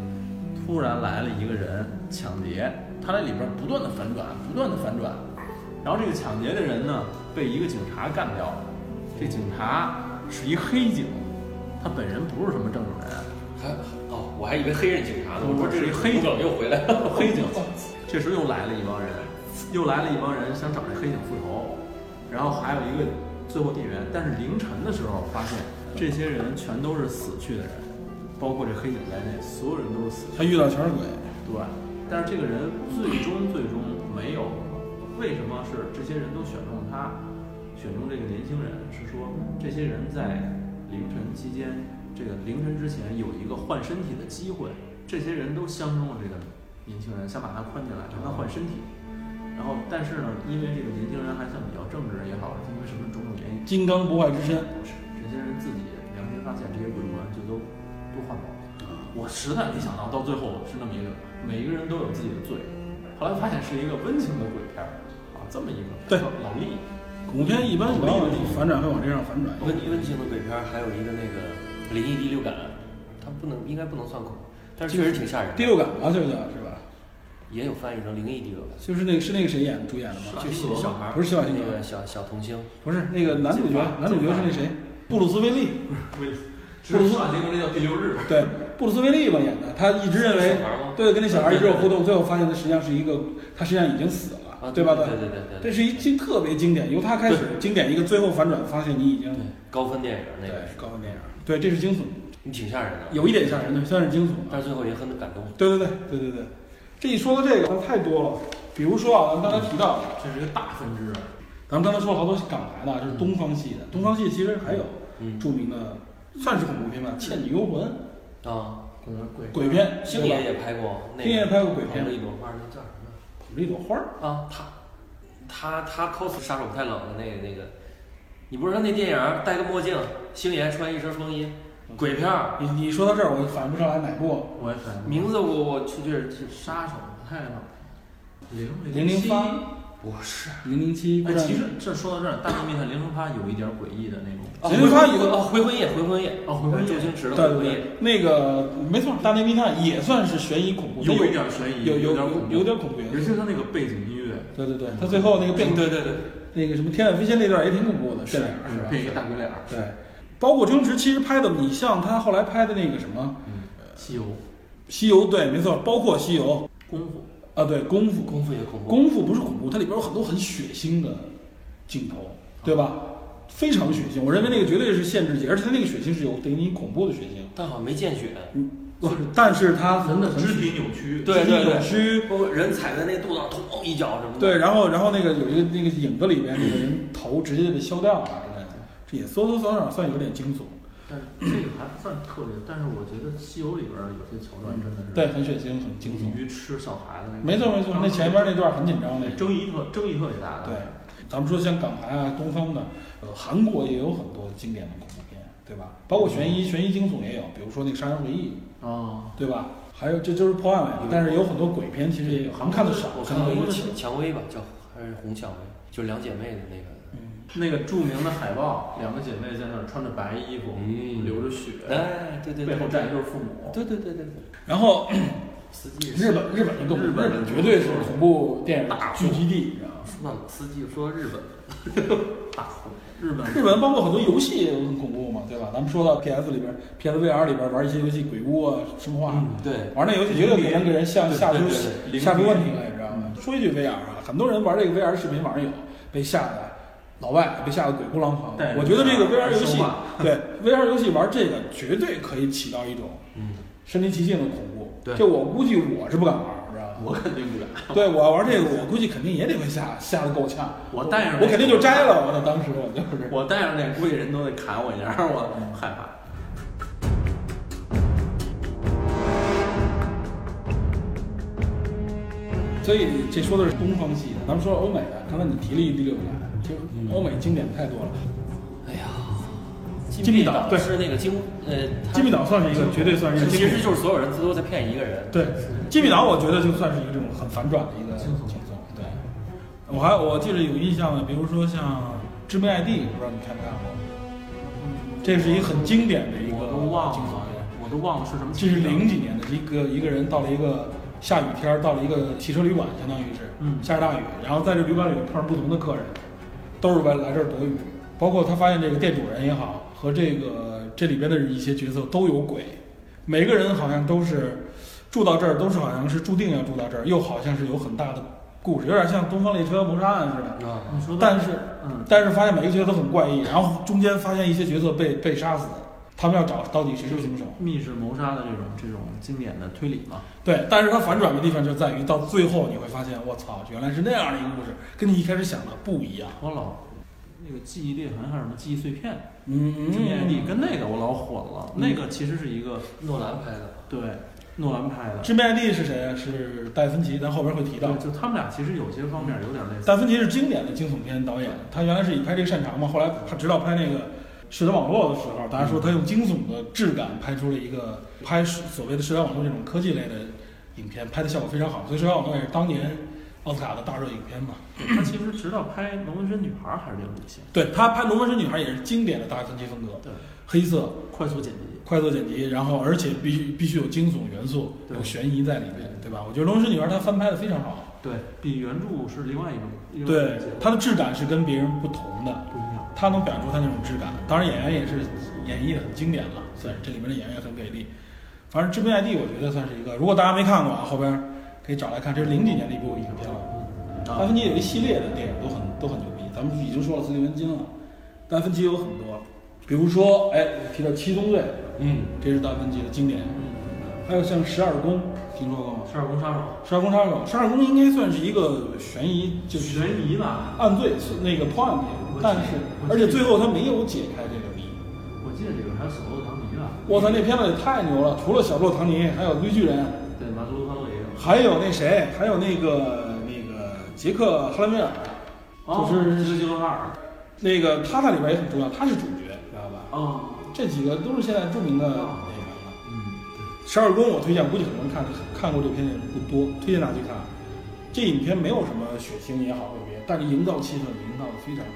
[SPEAKER 5] 突然来了一个人抢劫，他在里边不断的反转，不断的反转，然后这个抢劫的人呢被一个警察干掉了，这警察是一黑警，他本人不是什么正经人，
[SPEAKER 4] 还哦，我还以为黑人警察呢，
[SPEAKER 5] 我
[SPEAKER 4] 我说
[SPEAKER 5] 说这
[SPEAKER 4] 这
[SPEAKER 5] 是黑
[SPEAKER 4] 梗又回来了。
[SPEAKER 5] 黑警，这时候又来了一帮人，又来了一帮人想找这黑警复仇，然后还有一个最后店员，但是凌晨的时候发现这些人全都是死去的人，包括这黑警在内，所有人都是死去的。
[SPEAKER 2] 他遇到全是鬼，
[SPEAKER 5] 对，但是这个人最终最终没有，为什么是这些人都选中他，选中这个年轻人？是说这些人在凌晨期间，这个凌晨之前有一个换身体的机会，这些人都相中了这个年轻人，想把他框进来，让他换身体。然后，但是呢，因为这个年轻人还算比较正直也好，因为什么种种原因，
[SPEAKER 2] 金刚不坏之身。
[SPEAKER 5] 不是这些人自己良心发现，这些鬼魂就都都换毛了。我实在没想到，到最后是那么一个，每一个人都有自己的罪。后来发现是一个温情的鬼片儿啊，这么一个
[SPEAKER 2] 对
[SPEAKER 5] 老力，
[SPEAKER 2] 恐怖片一般往往反转会往这上反转，
[SPEAKER 4] 温温情的鬼片儿还有一个那个《灵异第六感》，它不能应该不能算恐怖，但是确实挺吓人的。
[SPEAKER 2] 第六感吧，这个叫是吧？
[SPEAKER 4] 也有翻译成灵异第六感，
[SPEAKER 2] 就是那个是那个谁演主演的吗？
[SPEAKER 4] 就小小孩儿
[SPEAKER 2] 不是小矮星
[SPEAKER 4] 那个小小童星，
[SPEAKER 2] 不是那个男主角，男主角是那谁？布鲁斯威利，
[SPEAKER 5] 只是上星球这叫第六日，
[SPEAKER 2] 对，布鲁斯威利吧演的，他一直认为
[SPEAKER 4] 小孩儿吗
[SPEAKER 2] 对，跟那小孩一直有互动，最后发现他实际上是一个，他实际上已经死了，
[SPEAKER 4] 啊，
[SPEAKER 2] 吧？
[SPEAKER 4] 对对对对对，
[SPEAKER 2] 这是一经特别经典，由他开始经典一个最后反转，发现你已经
[SPEAKER 4] 对高分电影那个是，
[SPEAKER 2] 高分电影，对，这是惊悚，
[SPEAKER 4] 你挺吓人的，
[SPEAKER 2] 有一点吓人的，算是惊悚
[SPEAKER 4] 但是最后也很感动。
[SPEAKER 2] 对对对对对对，这一说到这个太多了，比如说啊，咱们刚才提到，
[SPEAKER 5] 这是一个大分支。啊
[SPEAKER 2] 咱们刚才说了好多港台的，啊就是东方系的，东方系其实还有
[SPEAKER 4] 嗯
[SPEAKER 2] 著名的，算是恐怖片吧，《倩女幽魂》
[SPEAKER 4] 啊，
[SPEAKER 5] 鬼鬼
[SPEAKER 2] 鬼片，
[SPEAKER 4] 星
[SPEAKER 2] 对吧
[SPEAKER 4] 爷也拍过，那
[SPEAKER 2] 星爷
[SPEAKER 4] 个
[SPEAKER 2] 拍过鬼片
[SPEAKER 4] 捧着一朵花，那叫什么
[SPEAKER 2] 捧着一朵花儿，
[SPEAKER 4] 啊？他他他 cos 杀手不太冷的那个那个，你不是说那电影儿戴个墨镜，星爷穿一身风衣，鬼片儿
[SPEAKER 2] 你你说到这儿，我反应不上来哪部，
[SPEAKER 5] 我也反
[SPEAKER 4] 名字我我去去去
[SPEAKER 5] 杀手不太冷，零
[SPEAKER 2] 零零八、
[SPEAKER 4] 不是
[SPEAKER 2] 零零七，
[SPEAKER 5] 哎，其实这说到这儿，《大内密探零零八》有一点诡异的那种。
[SPEAKER 4] 啊
[SPEAKER 2] 零零八有
[SPEAKER 4] 哦回魂夜回魂夜
[SPEAKER 5] 哦回魂夜
[SPEAKER 4] 周星驰
[SPEAKER 2] 对对
[SPEAKER 4] 的回魂
[SPEAKER 2] 对
[SPEAKER 4] 夜，，
[SPEAKER 2] 那个没错，《大内密探》也算是悬疑恐怖，
[SPEAKER 5] 有一点悬疑，
[SPEAKER 2] 有有
[SPEAKER 5] 点恐
[SPEAKER 2] 有
[SPEAKER 5] 怖
[SPEAKER 2] 有点恐怖元
[SPEAKER 5] 尤
[SPEAKER 2] 素
[SPEAKER 5] 其，他那个背景音乐，
[SPEAKER 2] 对对对，他最后那个变
[SPEAKER 4] 对对对啊
[SPEAKER 2] 那个什么天外飞仙那段也挺恐怖的，这两是吧？
[SPEAKER 5] 变一个大鬼脸儿，
[SPEAKER 2] 对，包括周星驰其实拍的，你像他后来拍的那个什么
[SPEAKER 5] 西游
[SPEAKER 2] 《西游》，对，没错，包括《西游
[SPEAKER 5] 功夫，》
[SPEAKER 2] 啊，对，功夫，
[SPEAKER 4] 功夫也恐怖，
[SPEAKER 2] 功夫不是恐怖，它里边有很多很血腥的镜头，对吧？非常血腥，我认为那个绝对是限制级，而且它那个血腥是有给你恐怖的血腥，
[SPEAKER 4] 但好像没见血，
[SPEAKER 2] 不是，但是它很很
[SPEAKER 5] 肢体扭曲，
[SPEAKER 4] 对对对
[SPEAKER 2] 虚，
[SPEAKER 4] 包括人踩在那肚子上，咚一脚什么的。
[SPEAKER 2] 对，然后然后那个有一个那个影子里边那个人头直接就被削掉了之类的，这也多多少少算有点惊悚，
[SPEAKER 5] 但是这个还不算特别，但是我觉得《西游》里边儿有些桥段真的是
[SPEAKER 2] 对，很血腥，很惊悚。
[SPEAKER 5] 鱼吃小孩子那个，啊
[SPEAKER 2] 没错没错，那前面那段很紧张那个。
[SPEAKER 5] 争议特争议特别大的，
[SPEAKER 2] 对，咱们说像港台啊、东方的，呃，韩国也有很多经典的恐怖片，对吧？包括悬疑、悬疑惊悚也有，比如说那个《杀人回忆
[SPEAKER 5] 哦》，，
[SPEAKER 2] 对吧？还有这就是破案类的，但是有很多鬼片其实也有，咱们看的少，
[SPEAKER 4] 我
[SPEAKER 2] 可
[SPEAKER 4] 看过
[SPEAKER 2] 能
[SPEAKER 4] 一个
[SPEAKER 2] 是
[SPEAKER 4] 蔷蔷薇吧，叫还是红蔷薇，就两姐妹的那个。
[SPEAKER 2] 嗯
[SPEAKER 5] 那个著名的海报，两个姐妹在那儿穿着白衣服，
[SPEAKER 4] 嗯
[SPEAKER 5] 流着血，
[SPEAKER 4] 哎，对对对，
[SPEAKER 5] 背后站的就是父母，
[SPEAKER 4] 对对对对对，
[SPEAKER 2] 然后
[SPEAKER 4] 司机
[SPEAKER 2] 日本日本就更
[SPEAKER 5] 日本
[SPEAKER 2] 日本绝对是恐怖电影
[SPEAKER 5] 大
[SPEAKER 2] 聚集地，你知道吗？
[SPEAKER 4] 说到司机说日本，
[SPEAKER 5] 大火，日本
[SPEAKER 2] 日本包括很多游戏也很恐怖嘛，对吧？咱们说到 PS 里边、PSVR 里边玩一些游戏，鬼屋啊、生化啊，
[SPEAKER 4] 嗯对，
[SPEAKER 2] 玩那游戏绝对能给人吓吓出
[SPEAKER 4] 对对
[SPEAKER 5] 嗯对
[SPEAKER 2] 吓出问题来，你知道吗？说一句 VR 啊，很多人玩这个 VR 视频网上有被吓得老外被吓得鬼哭狼嚎
[SPEAKER 5] 带。着
[SPEAKER 2] 我觉得这个
[SPEAKER 5] VR
[SPEAKER 2] VR 游戏
[SPEAKER 5] 说话，
[SPEAKER 2] 对 VR 游戏玩这个绝对可以起到一种
[SPEAKER 4] 嗯，
[SPEAKER 2] 身临其境的恐怖。
[SPEAKER 4] 对
[SPEAKER 2] 这我估计我是不敢玩，你知道吗？
[SPEAKER 5] 我肯定不敢，
[SPEAKER 2] 对我要玩这个，我估计肯定也得被吓吓得够呛，
[SPEAKER 5] 我戴上那个
[SPEAKER 2] 我肯定就摘了。我那当时我就是。
[SPEAKER 5] 我戴上那估计人都得砍我一下， 我害怕。
[SPEAKER 2] 所以这说的是东方系的，咱们说欧美的。刚才你提了一第六感，其实欧美经典太多了。
[SPEAKER 4] 哎呀，
[SPEAKER 2] 金
[SPEAKER 4] 密
[SPEAKER 2] 密岛对
[SPEAKER 4] 是那个金呃，它
[SPEAKER 2] 金密岛算是一个，绝对算是一个
[SPEAKER 4] 其
[SPEAKER 2] 经典。
[SPEAKER 4] 实就是所有人都在骗一个人。
[SPEAKER 2] 对，金密岛我觉得就算是一个这种很反转的一个
[SPEAKER 5] 轻松
[SPEAKER 2] 轻松。对，我还我记得有印象的，比如说像《致命 ID》，不知道你看没看过？这是一个很经典的一个
[SPEAKER 5] 嗯我都忘
[SPEAKER 2] 惊悚
[SPEAKER 5] 了
[SPEAKER 2] 片，
[SPEAKER 5] 我都忘了是什么。
[SPEAKER 2] 这是零几年的一个一个人到了一个下雨天儿，到了一个汽车旅馆，相当于是，
[SPEAKER 5] 嗯
[SPEAKER 2] 下着大雨，然后在这旅馆里面碰上不同的客人，都是来来这儿躲雨，包括他发现这个店主人也好，和这个这里边的一些角色都有鬼，每个人好像都是住到这儿，都是好像是注定要住到这儿，又好像是有很大的故事，有点像《东方列车谋杀案》似的，
[SPEAKER 4] 啊，
[SPEAKER 5] 你说的
[SPEAKER 2] 但是
[SPEAKER 5] 嗯，
[SPEAKER 2] 但是发现每个角色都很怪异，然后中间发现一些角色被被杀死，他们要找到底谁是凶手。
[SPEAKER 5] 密室谋杀的这种这种经典的推理嘛，
[SPEAKER 2] 对，但是它反转的地方就在于到最后你会发现，我操，原来是那样的一个故事，跟你一开始想的不一样。
[SPEAKER 5] 我老那个记忆裂痕还是什么记忆碎片，
[SPEAKER 2] 嗯
[SPEAKER 5] 致命 ID 跟那个我老混了，那个其实是一个
[SPEAKER 4] 诺兰拍的，
[SPEAKER 5] 对诺兰拍的，
[SPEAKER 2] 致命 ID 是谁啊？是戴芬奇，咱后边会提到
[SPEAKER 5] 对，。就他们俩其实有些方面有点类似。
[SPEAKER 2] 戴芬奇是经典的惊悚片导演，他原来是以拍这个擅长嘛，后来他直到拍那个《社交网络》的时候，大家说他用惊悚的质感拍出了一个拍所谓的社交网络这种科技类的影片，拍的效果非常好，所以《社交网络》也是当年奥斯卡的大热影片嘛。
[SPEAKER 5] 他其实直到拍《龙纹身女孩》还是这个路线，
[SPEAKER 2] 对他拍《龙纹身女孩》也是经典的达芬奇风格，
[SPEAKER 5] 对，
[SPEAKER 2] 黑色
[SPEAKER 5] 快速剪辑，
[SPEAKER 2] 快速剪辑，然后而且必须必须有惊悚元素，
[SPEAKER 5] 对
[SPEAKER 2] 有悬疑在里面，对吧？我觉得《龙纹身女孩》它翻拍的非常好，
[SPEAKER 5] 对比原著是另外一种，另外一种
[SPEAKER 2] 对
[SPEAKER 5] 结构
[SPEAKER 2] 它的质感是跟别人不同的，
[SPEAKER 5] 不一样，
[SPEAKER 2] 他能表现出他那种质感。当然，演员也是演绎的很经典了，算是这里面的演员也很给力。反正《致命 ID》我觉得算是一个，如果大家没看过啊，后边可以找来看，这是零几年的一部影片了。
[SPEAKER 5] 嗯
[SPEAKER 2] 达芬奇有一系列的电影都很都很牛逼，咱们已经说了斯蒂文金了，达芬奇有很多，比如说哎提到《七宗罪》，
[SPEAKER 4] 嗯，
[SPEAKER 2] 这是达芬奇的经典，
[SPEAKER 5] 嗯
[SPEAKER 2] 呃还有像《十二宫》，听说过吗？
[SPEAKER 5] 十二宫杀手，
[SPEAKER 2] 《十二宫杀手》，《十二宫》应该算是一个悬疑，就是
[SPEAKER 5] 悬疑吧，
[SPEAKER 2] 按罪是那个破案片，但是
[SPEAKER 5] 我记得
[SPEAKER 2] 而且最后他没有解开这个谜。
[SPEAKER 5] 我记得里边还有索洛唐尼吧，
[SPEAKER 2] 我操，那片子也太牛了！除了小洛唐尼，还有绿巨人，
[SPEAKER 5] 对，马苏鲁康也有，
[SPEAKER 2] 还有那谁，还有那个那个杰克哈兰威尔，
[SPEAKER 5] 哦
[SPEAKER 2] 就是
[SPEAKER 5] 基德·哈尔，
[SPEAKER 2] 那个他在里边也很重要，他是主角，知道吧？
[SPEAKER 5] 哦，
[SPEAKER 2] 这几个都是现在著名的那个
[SPEAKER 5] 哦
[SPEAKER 2] 了。
[SPEAKER 5] 嗯，
[SPEAKER 2] 十二宫我推荐，估计很多人看看过这片的人不多，推荐大家去看。这影片没有什么血腥也好，特别，但是营造气氛营造的非常好。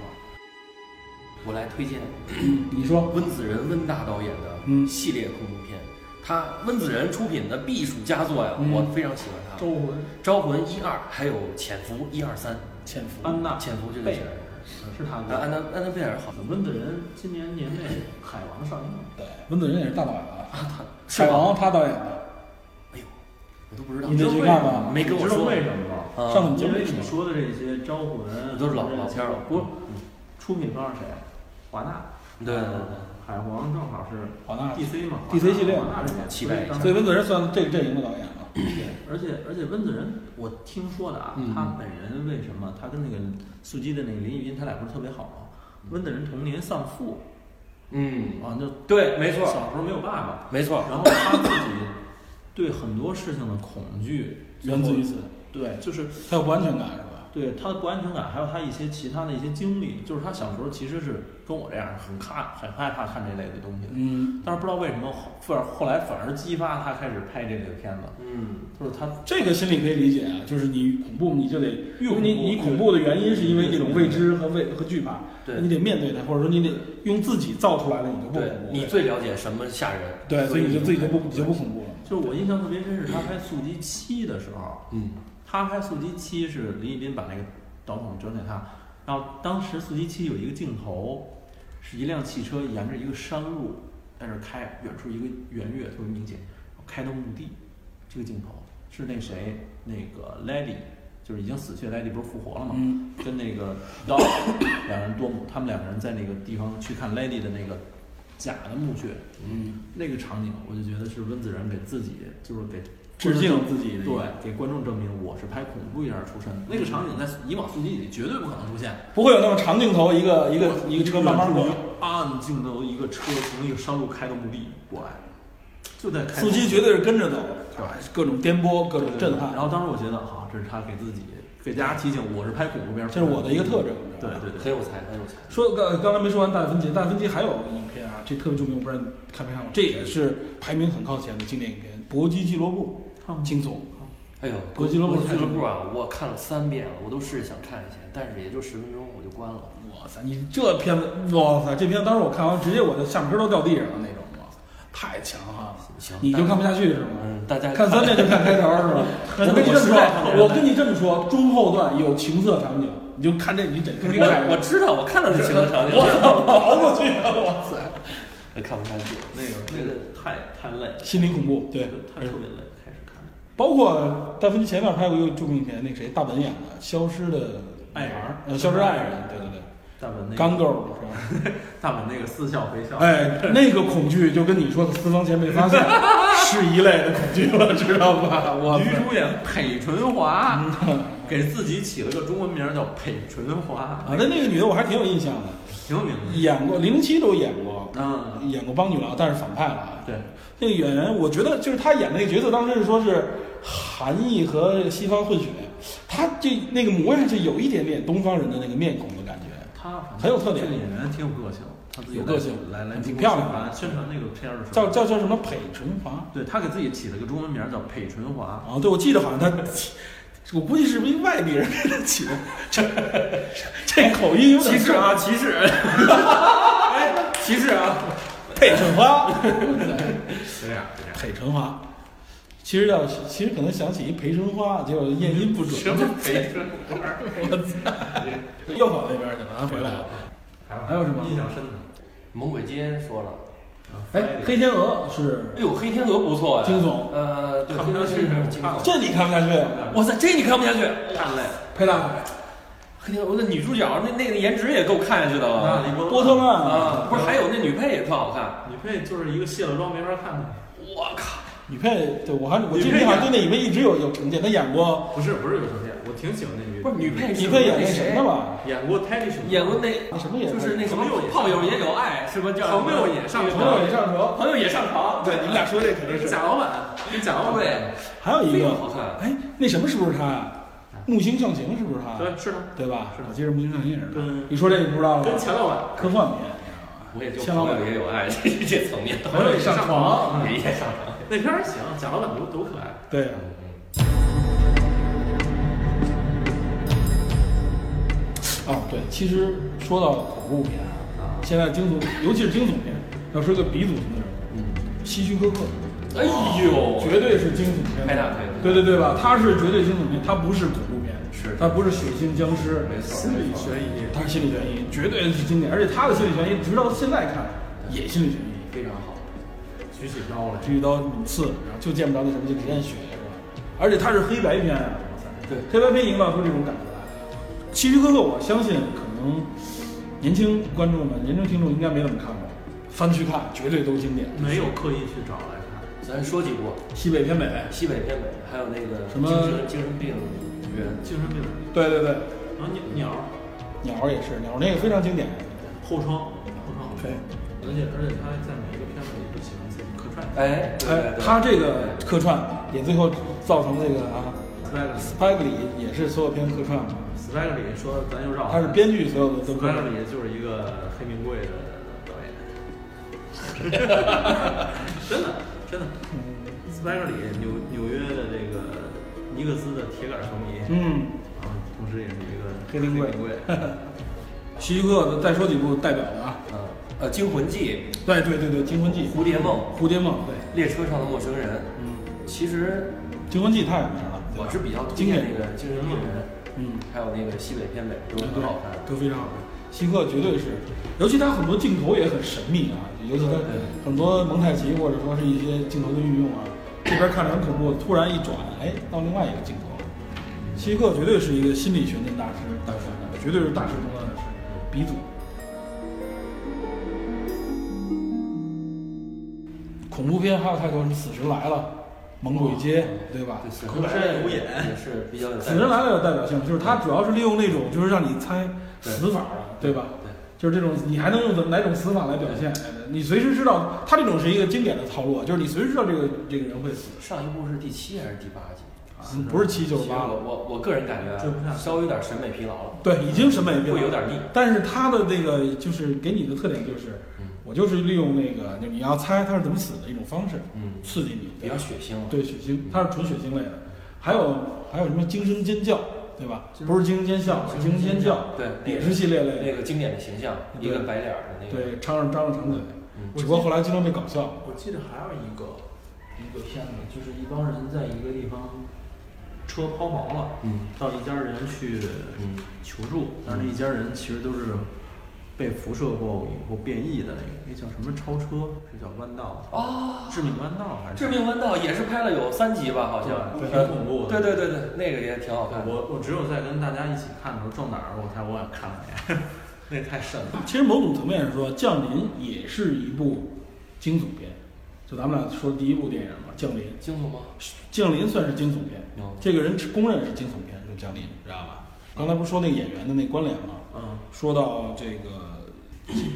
[SPEAKER 4] 我来推荐
[SPEAKER 2] 嗯你说，
[SPEAKER 4] 温子仁温大导演
[SPEAKER 2] 嗯
[SPEAKER 4] 的系列恐怖片，他温子仁出品的必属佳作呀，
[SPEAKER 2] 嗯
[SPEAKER 4] 我非常喜欢他。
[SPEAKER 2] 招魂、
[SPEAKER 4] 招魂一二，还有潜伏一二三，
[SPEAKER 2] 潜伏，
[SPEAKER 5] 安娜
[SPEAKER 4] 潜伏这个
[SPEAKER 5] 贝
[SPEAKER 4] 是
[SPEAKER 5] 尔是他
[SPEAKER 4] 安安
[SPEAKER 5] 的，
[SPEAKER 4] 娜安娜贝尔好
[SPEAKER 5] 温子仁今年年内海王上映，
[SPEAKER 2] 对，温子仁也是大导演啊，
[SPEAKER 4] 啊，他是
[SPEAKER 2] 海
[SPEAKER 4] 吗？
[SPEAKER 2] 王他导演的，
[SPEAKER 4] 哎呦，我都不知道
[SPEAKER 2] 你，没去看吗？
[SPEAKER 4] 没跟我
[SPEAKER 5] 你知道
[SPEAKER 4] 说
[SPEAKER 5] 为什么吗？
[SPEAKER 4] 啊
[SPEAKER 2] 上
[SPEAKER 5] 因为你说的这些招魂
[SPEAKER 4] 都是老老片儿了
[SPEAKER 5] 不是出品方是谁？华纳。
[SPEAKER 4] 对对对，
[SPEAKER 5] 海皇正好是
[SPEAKER 2] 华纳
[SPEAKER 5] DC 嘛
[SPEAKER 2] DC 系列
[SPEAKER 5] 华纳这边
[SPEAKER 4] 期待一下
[SPEAKER 2] 哦所以
[SPEAKER 5] 所以
[SPEAKER 2] 温子仁算这个阵营的导演了。
[SPEAKER 5] 而且而且温子仁，我听说的啊，
[SPEAKER 4] 嗯
[SPEAKER 5] 他本人为什么他跟那个素鸡的那个林玉斌，他俩不是特别好吗？温子仁童年丧父
[SPEAKER 4] 嗯，
[SPEAKER 5] 啊，就
[SPEAKER 4] 对，没错，
[SPEAKER 5] 小时候没有爸爸，
[SPEAKER 4] 没错，
[SPEAKER 5] 然后他自己对很多事情的恐惧，
[SPEAKER 2] 源自于此，
[SPEAKER 5] 对，就是
[SPEAKER 2] 他有不安全感是吧？
[SPEAKER 5] 对他的不安全感，还有他一些其他的一些经历，就是他小时候其实是跟我这样很看很害怕看这类的东西的，
[SPEAKER 2] 嗯，
[SPEAKER 5] 但是不知道为什么后反后来反而激发他开始拍这类的片子，
[SPEAKER 4] 嗯，
[SPEAKER 5] 就是他
[SPEAKER 2] 这个心理可以理解啊，就是你恐怖你就得，
[SPEAKER 5] 越
[SPEAKER 2] 因
[SPEAKER 5] 恐
[SPEAKER 2] 为
[SPEAKER 5] 怖
[SPEAKER 2] 你你恐怖的原因是因为这种未知和畏和惧怕，
[SPEAKER 4] 对
[SPEAKER 2] 你得面对它，或者说你得用自己造出来的，你就不恐
[SPEAKER 4] 对
[SPEAKER 2] 怖。
[SPEAKER 4] 你最了解什么吓人，
[SPEAKER 2] 对，所以你就自己就不你
[SPEAKER 4] 就
[SPEAKER 2] 就不恐怖了。
[SPEAKER 5] 就是我印象特别深是他拍《速激七》的时候，
[SPEAKER 4] 嗯，
[SPEAKER 5] 他拍《速激七》是林一斌把那个导筒转给他，然后当时《速激七》有一个镜头是一辆汽车沿着一个山路在那儿开，远处一个圆月特别明显，开到墓地，这个镜头是那谁那个 Lady。就是已经死去的 Lady 不是复活了吗？
[SPEAKER 2] 嗯
[SPEAKER 5] 跟那个 d o 两人多姆，他们两个人在那个地方去看 Lady 的那个假的墓穴，
[SPEAKER 2] 嗯，
[SPEAKER 5] 那个场景，我就觉得是温子仁给自己，就是给
[SPEAKER 2] 致敬自己的一
[SPEAKER 5] 对
[SPEAKER 2] 个，
[SPEAKER 5] 给观众证明我是拍恐怖片儿出身的。那个场景在以往速激里绝对不可能出现，
[SPEAKER 2] 不会有那么长镜头，一个一个一个车慢慢过
[SPEAKER 5] 远处。一个暗镜头，一个车从一个山路开到墓地过来，就在开
[SPEAKER 2] 司机绝对是跟着走，啊各种颠簸，各种震撼
[SPEAKER 5] 然。后当时我觉得，啊，这是他给自己给大家提醒，我是拍恐怖片儿出
[SPEAKER 2] 这
[SPEAKER 5] 身，
[SPEAKER 2] 是我的一个特征。
[SPEAKER 5] 对对对，
[SPEAKER 4] 很有才，很有才，
[SPEAKER 2] 说刚刚才没说完大分级，大分级还有影片啊，这特别著名，我不知道你看没看过，这也是排名很靠前的经典影片《搏击俱乐部
[SPEAKER 5] 看过》，
[SPEAKER 2] 惊悚。
[SPEAKER 4] 哎呦，
[SPEAKER 2] 国际俱乐部
[SPEAKER 4] 国际俱乐部啊，我看了三遍了，我都试着想看一下，但是也就十分钟我就关了。
[SPEAKER 2] 哇塞，你这片子，哇塞，这片子当时我看完，直接我的下巴根儿都掉地上了那种，哇塞，太强悍了！
[SPEAKER 4] 行，
[SPEAKER 2] 你就看不下去是吗？
[SPEAKER 4] 嗯，大家
[SPEAKER 2] 看三遍就看开头是吧？我跟你这么说，我跟你这么说，中后段有情色场景，你就看这，你得 肯定看
[SPEAKER 4] 我我知道，我看到是行的场景，
[SPEAKER 2] 熬过去了，哇塞，
[SPEAKER 4] 看不下去。
[SPEAKER 5] 那个那个太太累，了，
[SPEAKER 2] 心灵恐怖，对，
[SPEAKER 5] 太特别累，开始看。
[SPEAKER 2] 包括达芬奇前面拍过一个著名片，那个谁大本演的《消失的
[SPEAKER 5] 爱人
[SPEAKER 2] 呃，消失爱人，对对对，
[SPEAKER 5] 大本那个
[SPEAKER 2] 钢构是吧？
[SPEAKER 5] 大本那个似笑非笑，
[SPEAKER 2] 哎，那个恐惧就跟你说的私房钱被发现是一类的恐惧了，知道吧？我
[SPEAKER 5] 女主演裴淳华，给自己起了个中文名儿叫裴淳华，
[SPEAKER 2] 啊，那那个女的我还挺有印象的，
[SPEAKER 5] 挺有名的。
[SPEAKER 2] 演过零七都演过，
[SPEAKER 5] 嗯，
[SPEAKER 2] 演过帮女郎，但是反派了啊。
[SPEAKER 5] 对，
[SPEAKER 2] 那个演员，我觉得就是他演那个角色，当时是说是韩裔和西方混血，他这那个模样就有一点点东方人的那个面孔的感觉。
[SPEAKER 5] 她反正
[SPEAKER 2] 很有特点
[SPEAKER 5] 这个演员挺有个性，她自己
[SPEAKER 2] 有
[SPEAKER 5] 来
[SPEAKER 2] 个性
[SPEAKER 5] 来来
[SPEAKER 2] 挺
[SPEAKER 5] 中国
[SPEAKER 2] 漂亮的
[SPEAKER 5] 宣传宣传那个片儿的时
[SPEAKER 2] 叫
[SPEAKER 5] 候，
[SPEAKER 2] 叫叫什么裴淳华
[SPEAKER 5] 对她给自己起了个中文名儿叫裴淳华，
[SPEAKER 2] 啊？对，我记得好像他我估计是不是一外地人给他起的，这这口音有点
[SPEAKER 4] 歧视
[SPEAKER 2] 像
[SPEAKER 4] 啊，歧视！哎，歧视啊！
[SPEAKER 2] 配衬花，
[SPEAKER 4] 这样，这样。
[SPEAKER 2] 配衬花。其实要其实可能想起一陪衬花，结果验音不准，
[SPEAKER 4] 什么肥猪官儿？
[SPEAKER 2] 又跑那边去了，回来了。还有什么
[SPEAKER 5] 印象深的？
[SPEAKER 4] 猛鬼金说了，
[SPEAKER 2] 哎，黑天鹅是
[SPEAKER 4] 哎呦，黑天鹅不错呀，
[SPEAKER 2] 金总
[SPEAKER 4] 呃，对，
[SPEAKER 5] 看
[SPEAKER 4] 黑
[SPEAKER 5] 不
[SPEAKER 4] 天鹅
[SPEAKER 5] 下
[SPEAKER 4] 是
[SPEAKER 5] 去
[SPEAKER 4] 金总。
[SPEAKER 2] 这你看不下去？
[SPEAKER 4] 哇塞，这你看不下去，太累了。
[SPEAKER 2] 佩大
[SPEAKER 4] 黑 天鹅的女主角那那个颜值也够看下去的
[SPEAKER 5] 那
[SPEAKER 4] 了
[SPEAKER 5] 李
[SPEAKER 2] 呃
[SPEAKER 5] 啊
[SPEAKER 2] 波特曼
[SPEAKER 4] 啊！不是，还有那女配也特好看。
[SPEAKER 5] 女配就是一个卸了妆没法看的。
[SPEAKER 4] 我靠，
[SPEAKER 2] 女配，对我还我
[SPEAKER 5] 女
[SPEAKER 2] 记
[SPEAKER 5] 配
[SPEAKER 2] 得你好像对那女
[SPEAKER 5] 演
[SPEAKER 2] 配一直有有成见，她演过
[SPEAKER 5] 不是不是有成见，我挺喜欢那女
[SPEAKER 4] 不是女配，
[SPEAKER 2] 女配演
[SPEAKER 4] 那
[SPEAKER 2] 那什么
[SPEAKER 4] 谁？
[SPEAKER 2] 吧？
[SPEAKER 5] 演过《泰迪熊》，
[SPEAKER 4] 演过
[SPEAKER 2] 那什
[SPEAKER 4] 那，
[SPEAKER 2] 么演
[SPEAKER 4] 就是那什么
[SPEAKER 5] 朋友也
[SPEAKER 4] 炮友也有爱，是吧？叫
[SPEAKER 5] 朋友也上
[SPEAKER 2] 朋
[SPEAKER 5] 床
[SPEAKER 2] 友也上床，
[SPEAKER 4] 朋友也上床。
[SPEAKER 2] 对，你们俩说这肯定是。
[SPEAKER 5] 贾老板，跟贾老板
[SPEAKER 4] 对，
[SPEAKER 2] 还有一
[SPEAKER 4] 非
[SPEAKER 2] 个
[SPEAKER 4] 常好看，
[SPEAKER 2] 哎，那什么是不是他呀？木星向晴是不是他？
[SPEAKER 5] 对是他，
[SPEAKER 2] 对吧？
[SPEAKER 5] 是的
[SPEAKER 2] 我记得木星向晴也是他
[SPEAKER 5] 跟。
[SPEAKER 2] 你说这你不知道了
[SPEAKER 5] 跟
[SPEAKER 2] 吧？
[SPEAKER 5] 钱老板
[SPEAKER 2] 科幻片，
[SPEAKER 4] 我也就
[SPEAKER 2] 像
[SPEAKER 4] 朋友也有爱这 层面，
[SPEAKER 2] 朋友也上床
[SPEAKER 4] 也上床。
[SPEAKER 5] 那片儿行，贾老板多多可爱。
[SPEAKER 2] 对啊。哦，对，其实说到恐怖片啊，现在惊悚，尤其是惊悚片，要说一个鼻祖型的人
[SPEAKER 4] 嗯
[SPEAKER 2] 物，希区柯克，
[SPEAKER 4] 哎呦，
[SPEAKER 2] 绝对是惊悚片的
[SPEAKER 4] 拍大腿
[SPEAKER 2] 对对对吧？他是绝对惊悚片，他不是恐怖片，
[SPEAKER 4] 是
[SPEAKER 2] 他不是血腥僵尸，
[SPEAKER 4] 没错
[SPEAKER 2] 心理
[SPEAKER 5] 悬疑
[SPEAKER 2] 他是心理悬疑，绝对是经典，而且他的心理悬疑，直到现在看也心理悬疑。
[SPEAKER 5] 非常好，举起刀来，
[SPEAKER 2] 这一刀五刺，然后就见不着那什么，就只见血，是吧？而且它是黑白片啊，
[SPEAKER 4] 对
[SPEAKER 2] 黑白片营造出这种感觉来。希区柯克，我相信可能年轻观众们、年轻听众应该没怎么看过，翻去看绝对都经典。
[SPEAKER 5] 没有刻意去找来看。
[SPEAKER 4] 咱说几部
[SPEAKER 2] 西北偏北，
[SPEAKER 4] 西北偏北，还有那个
[SPEAKER 2] 什么
[SPEAKER 4] 精神精神病人，
[SPEAKER 5] 精神病，
[SPEAKER 2] 对对对，
[SPEAKER 5] 然后鸟鸟
[SPEAKER 2] 鸟儿也是，鸟儿那个非常经典。
[SPEAKER 5] 后窗，后窗，
[SPEAKER 2] 对，
[SPEAKER 5] 而且而且他在每一个片子里都喜欢自己客串。
[SPEAKER 4] 哎，对
[SPEAKER 2] 哎
[SPEAKER 4] 对，对
[SPEAKER 2] 他这个客串也最后造成这个啊
[SPEAKER 5] s p a g
[SPEAKER 2] s p i k e 里也是所有片客串嘛，
[SPEAKER 5] s p a g 里说咱又绕了，
[SPEAKER 2] 他是编剧所有的都
[SPEAKER 5] s
[SPEAKER 2] 客
[SPEAKER 5] p a
[SPEAKER 2] 串
[SPEAKER 5] g。里就是一个黑名贵的导演，真的真的。s p a g 里纽纽约的这个尼克斯的铁杆球迷，
[SPEAKER 2] 嗯。
[SPEAKER 5] 然后同时也是一个
[SPEAKER 2] 黑名贵
[SPEAKER 5] 贵。
[SPEAKER 2] 希区柯克再说几部代表的啊，
[SPEAKER 4] 嗯呃，惊魂记、
[SPEAKER 2] 对对对对，《惊魂记》
[SPEAKER 4] 蝴蝶梦、
[SPEAKER 2] 蝴蝶梦，对，
[SPEAKER 4] 列车上的陌生人，
[SPEAKER 2] 嗯，
[SPEAKER 4] 其实
[SPEAKER 2] 《惊魂记》太有名了，对吧
[SPEAKER 4] 我是比较推
[SPEAKER 2] 经
[SPEAKER 4] 荐
[SPEAKER 2] 典
[SPEAKER 4] 那个精神病人，
[SPEAKER 2] 嗯，
[SPEAKER 4] 还有那个西北偏北都
[SPEAKER 2] 对
[SPEAKER 4] 很好看。
[SPEAKER 2] 都非常好看。希克绝对是，尤其他很多镜头也很神秘啊，尤其他很多蒙太奇或者说是一些镜头的运用啊，这边看着很恐怖，突然一转，哎，到另外一个镜头。希克绝对是一个心理悬念大师，大师，绝对是大师中的大师，鼻祖。恐怖片还有太多什么《死神来了》《猛鬼街》，对吧？
[SPEAKER 4] 对，死
[SPEAKER 5] 口
[SPEAKER 4] 神
[SPEAKER 5] 水无眼
[SPEAKER 4] 也是比较有代表
[SPEAKER 2] 死
[SPEAKER 4] 性。
[SPEAKER 2] 神来了有代表性，就是它主要是利用那种就是让你猜死法了，对吧？
[SPEAKER 4] 对
[SPEAKER 2] 就是这种你还能用怎么哪种死法来表现？哎你随时知道，它这种是一个经典的套路，啊就是你随时知道这个这个人会死，
[SPEAKER 4] 上一部是第七还是第八集？
[SPEAKER 2] 嗯不是七就是八
[SPEAKER 4] 我
[SPEAKER 2] 了。
[SPEAKER 4] 我我个人感觉
[SPEAKER 5] 追不上
[SPEAKER 4] 啊，稍微有点审美疲劳了，
[SPEAKER 2] 对，已经审美病了
[SPEAKER 4] 会有点腻。
[SPEAKER 2] 但是它的那个就是给你的特点就是
[SPEAKER 4] 嗯，
[SPEAKER 2] 我就是利用那个就你要猜他是怎么死的一种方式，
[SPEAKER 4] 嗯，
[SPEAKER 2] 刺激你，对
[SPEAKER 4] 比较
[SPEAKER 2] 吧
[SPEAKER 4] 血腥了。
[SPEAKER 2] 对血腥，它是纯血腥类的。还有还有什么惊声尖叫，对吧？不是惊声尖笑，是惊声尖叫，
[SPEAKER 4] 对，
[SPEAKER 2] 也是系列类的。
[SPEAKER 4] 那个经典的形象，
[SPEAKER 2] 对
[SPEAKER 4] 一个白脸儿的那个。
[SPEAKER 2] 对，张着张着长嘴，
[SPEAKER 4] 嗯
[SPEAKER 2] 只不过后来经常被搞笑。
[SPEAKER 5] 我记得还有一个一个片子，就是一帮人在一个地方车抛锚了，
[SPEAKER 4] 嗯
[SPEAKER 5] 到一家人去
[SPEAKER 4] 嗯
[SPEAKER 5] 求助，但是那一家人其实都是被辐射过以后变异的那个，那叫什么超车？是叫弯道？
[SPEAKER 4] 哦，
[SPEAKER 5] 致命弯道还是？
[SPEAKER 4] 致命弯道也是拍了有三集吧，好像。
[SPEAKER 5] 对
[SPEAKER 4] 呃
[SPEAKER 5] 挺恐怖
[SPEAKER 4] 对
[SPEAKER 5] 的
[SPEAKER 4] 对对对，那个也挺好看。
[SPEAKER 5] 我我只有在跟大家一起看的时候撞哪儿，我才我也看了一眼，那太瘆了。
[SPEAKER 2] 其实某种层面上说，《降临》也是一部惊悚片，就咱们俩说的第一部电影嘛，《降临》。
[SPEAKER 4] 惊悚吗？
[SPEAKER 2] 《降临》算是惊悚片
[SPEAKER 4] 哦，
[SPEAKER 2] 这个人是公认是惊悚片，就《降临》，知道吧？刚才不是说那个演员的那关联吗？
[SPEAKER 5] 嗯，
[SPEAKER 2] 说到这个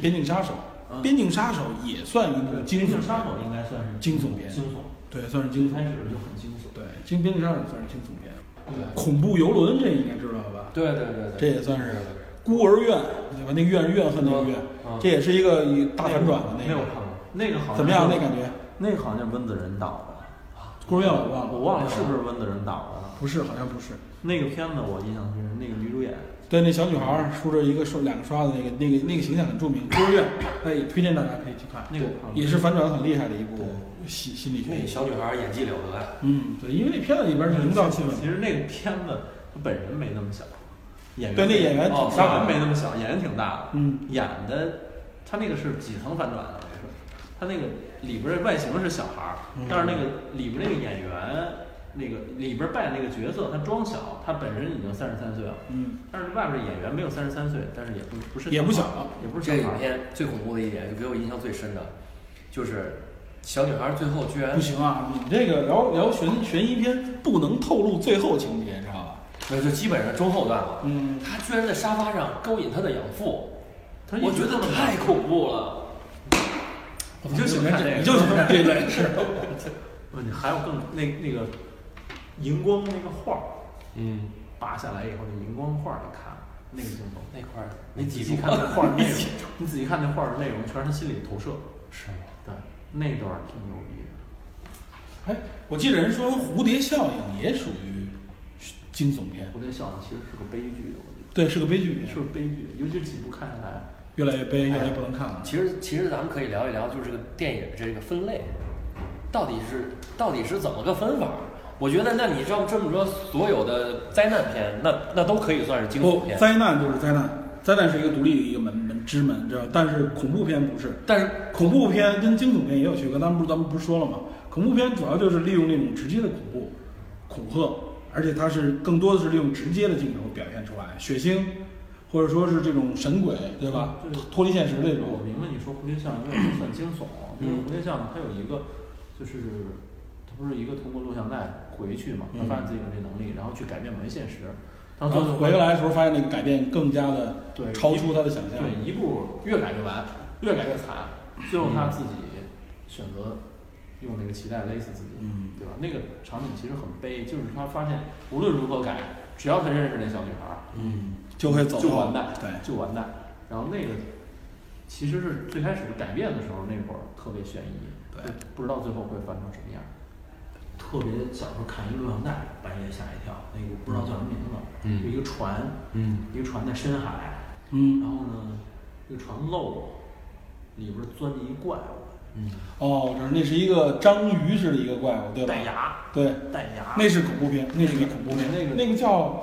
[SPEAKER 2] 《边境杀手》，
[SPEAKER 5] 嗯
[SPEAKER 2] 《边境杀手》也算一部惊悚片
[SPEAKER 5] 杀手应该算是
[SPEAKER 2] 惊悚片
[SPEAKER 5] 惊悚，
[SPEAKER 2] 对，算是惊
[SPEAKER 5] 一
[SPEAKER 2] 悚
[SPEAKER 5] 开
[SPEAKER 2] 片。
[SPEAKER 5] 始就很惊悚。
[SPEAKER 2] 对，《惊边境杀手》算是惊悚片。
[SPEAKER 4] 对
[SPEAKER 2] 恐怖游轮这应该知道吧？
[SPEAKER 4] 对对对对。
[SPEAKER 2] 这也算是孤儿院，对吧？那个怨怨恨那个怨
[SPEAKER 4] 嗯嗯，
[SPEAKER 2] 这也是一个大反转的那
[SPEAKER 5] 没有
[SPEAKER 2] 个
[SPEAKER 5] 看，过，那个好像
[SPEAKER 2] 怎么样？
[SPEAKER 5] 是
[SPEAKER 2] 那感觉
[SPEAKER 5] 那个好像是温子仁导的，
[SPEAKER 2] 孤儿院我忘了，
[SPEAKER 5] 我忘了是不是温子仁导的了。
[SPEAKER 2] 不是，好像不是。
[SPEAKER 5] 那个片子我印象很深，那个女主演
[SPEAKER 2] 对，那小女孩儿梳着一个刷两个刷子，那个那个那个形象很著名，孤儿院，哎，也推荐大家可以去看，
[SPEAKER 5] 那个我看了
[SPEAKER 2] 也是反转很厉害的一部心心理
[SPEAKER 4] 那
[SPEAKER 2] 学。
[SPEAKER 4] 小女孩演技了得
[SPEAKER 5] 啊
[SPEAKER 4] 呀，
[SPEAKER 2] 嗯，对，因为那片子里边是营造气氛，
[SPEAKER 5] 其实那个片子他本人没那么小，演员
[SPEAKER 2] 对，那演员
[SPEAKER 4] 哦
[SPEAKER 2] 挺
[SPEAKER 5] 小
[SPEAKER 2] 大
[SPEAKER 5] 人
[SPEAKER 2] 的，
[SPEAKER 5] 没那么小，演员挺大的，
[SPEAKER 2] 嗯，
[SPEAKER 5] 演的他那个是几层反转啊？我说他那个里边儿外形是小孩儿
[SPEAKER 2] 嗯，
[SPEAKER 5] 但是那个里边儿那个演员，那个里边儿扮演那个角色，他装小，他本人已经三十三岁了，
[SPEAKER 2] 嗯，
[SPEAKER 5] 但是外边儿演员没有三十三岁，但是也不不是
[SPEAKER 2] 也不
[SPEAKER 5] 小
[SPEAKER 2] 小
[SPEAKER 5] 孩儿，
[SPEAKER 2] 了，
[SPEAKER 5] 也不是
[SPEAKER 4] 这个
[SPEAKER 5] 小孩
[SPEAKER 4] 影
[SPEAKER 5] 儿，
[SPEAKER 4] 片最恐怖的一点，就给我印象最深的，就是小女孩最后居然
[SPEAKER 2] 不行啊，你这个聊聊悬悬疑片不能透露最后情节，知道吧？
[SPEAKER 4] 那呃就基本上中后段了，
[SPEAKER 2] 嗯，
[SPEAKER 4] 她居然在沙发上勾引她的养父，
[SPEAKER 5] 他
[SPEAKER 4] 我觉得太恐怖 了。
[SPEAKER 2] 我
[SPEAKER 4] 你就
[SPEAKER 2] 喜
[SPEAKER 4] 喜
[SPEAKER 2] 欢
[SPEAKER 4] 欢看这个
[SPEAKER 2] 你就喜欢看这个是，
[SPEAKER 5] 不是哦还有更那那个荧光那个画儿
[SPEAKER 4] 嗯，
[SPEAKER 5] 拔下来以后，那荧光画儿你看那个镜头。
[SPEAKER 4] 那块儿
[SPEAKER 5] 你
[SPEAKER 4] 没
[SPEAKER 5] 仔
[SPEAKER 4] 记
[SPEAKER 5] 细
[SPEAKER 4] 住
[SPEAKER 5] 看那画儿内容，你仔细看那画儿的内容，全是他心理投射。
[SPEAKER 4] 是吗？
[SPEAKER 5] 对，那段儿挺牛逼的。
[SPEAKER 2] 哎，我记得人说蝴蝶效应也属于惊悚片，
[SPEAKER 5] 蝴蝶效应其实是个悲剧，我觉
[SPEAKER 2] 对，是个悲剧
[SPEAKER 5] 得
[SPEAKER 2] 片，
[SPEAKER 5] 是个悲剧，尤其几部看下来，
[SPEAKER 2] 越来越悲，越来越不能看了。
[SPEAKER 4] 其实，其实咱们可以聊一聊，就是这个电影这个分类，到底是到底是怎么个分法？我觉得，那你照这么说，所有的灾难片，那那都可以算是惊
[SPEAKER 2] 不，
[SPEAKER 4] 悚片。
[SPEAKER 2] 哦灾难就是灾难，灾难是一个独立的一个门门之门，知道吧？但是恐怖片不是，
[SPEAKER 4] 但是
[SPEAKER 2] 恐怖片跟惊悚片也有区隔。咱们不是咱们不是说了吗？恐怖片主要就是利用那种直接的恐怖、恐吓，而且它是更多的是利用直接的镜头表现出来，血腥，或者说是这种神鬼，对吧？
[SPEAKER 5] 对
[SPEAKER 2] 脱离现实嗯这
[SPEAKER 5] 我
[SPEAKER 2] 种。
[SPEAKER 5] 明白你说蝴蝶效应有点不算惊悚，就是蝴蝶效应它有一个，就是它不是一个通过录像带回去嘛，
[SPEAKER 2] 嗯
[SPEAKER 5] 他发现自己有这能力，然后去改变某些现实，
[SPEAKER 2] 然
[SPEAKER 5] 当
[SPEAKER 2] 后
[SPEAKER 5] 做
[SPEAKER 2] 啊回来的时候，发现那个改变更加的
[SPEAKER 5] 对
[SPEAKER 2] 超出他的想象。
[SPEAKER 5] 对一步越改越完，越改越惨，最后他自己选择用那个脐带勒死自己。
[SPEAKER 2] 嗯，
[SPEAKER 5] 对吧？那个场景其实很悲，就是他发现无论如何改，只要他认识那小女孩儿，
[SPEAKER 2] 嗯，就会走
[SPEAKER 5] 就
[SPEAKER 2] 后
[SPEAKER 5] 完蛋，
[SPEAKER 2] 对，
[SPEAKER 5] 就完蛋。然后那个其实是最开始改变的时候，那会儿特别悬疑，
[SPEAKER 2] 对
[SPEAKER 5] 就不知道最后会翻成什么样。特别小时候看一个录像带，半夜吓一跳，那个不知道叫什么名字，
[SPEAKER 4] 嗯
[SPEAKER 5] 就一个船，
[SPEAKER 4] 嗯，
[SPEAKER 5] 一个船在深海，
[SPEAKER 2] 嗯
[SPEAKER 5] 然，后呢，这个船漏了，里边钻进一怪物，
[SPEAKER 2] 哦，我知道那是一个章鱼似的一个怪物，对吧
[SPEAKER 5] 带？牙，
[SPEAKER 2] 对，
[SPEAKER 5] 带牙，
[SPEAKER 2] 那是恐怖片，那是一个恐怖片，
[SPEAKER 5] 那个
[SPEAKER 2] 那个叫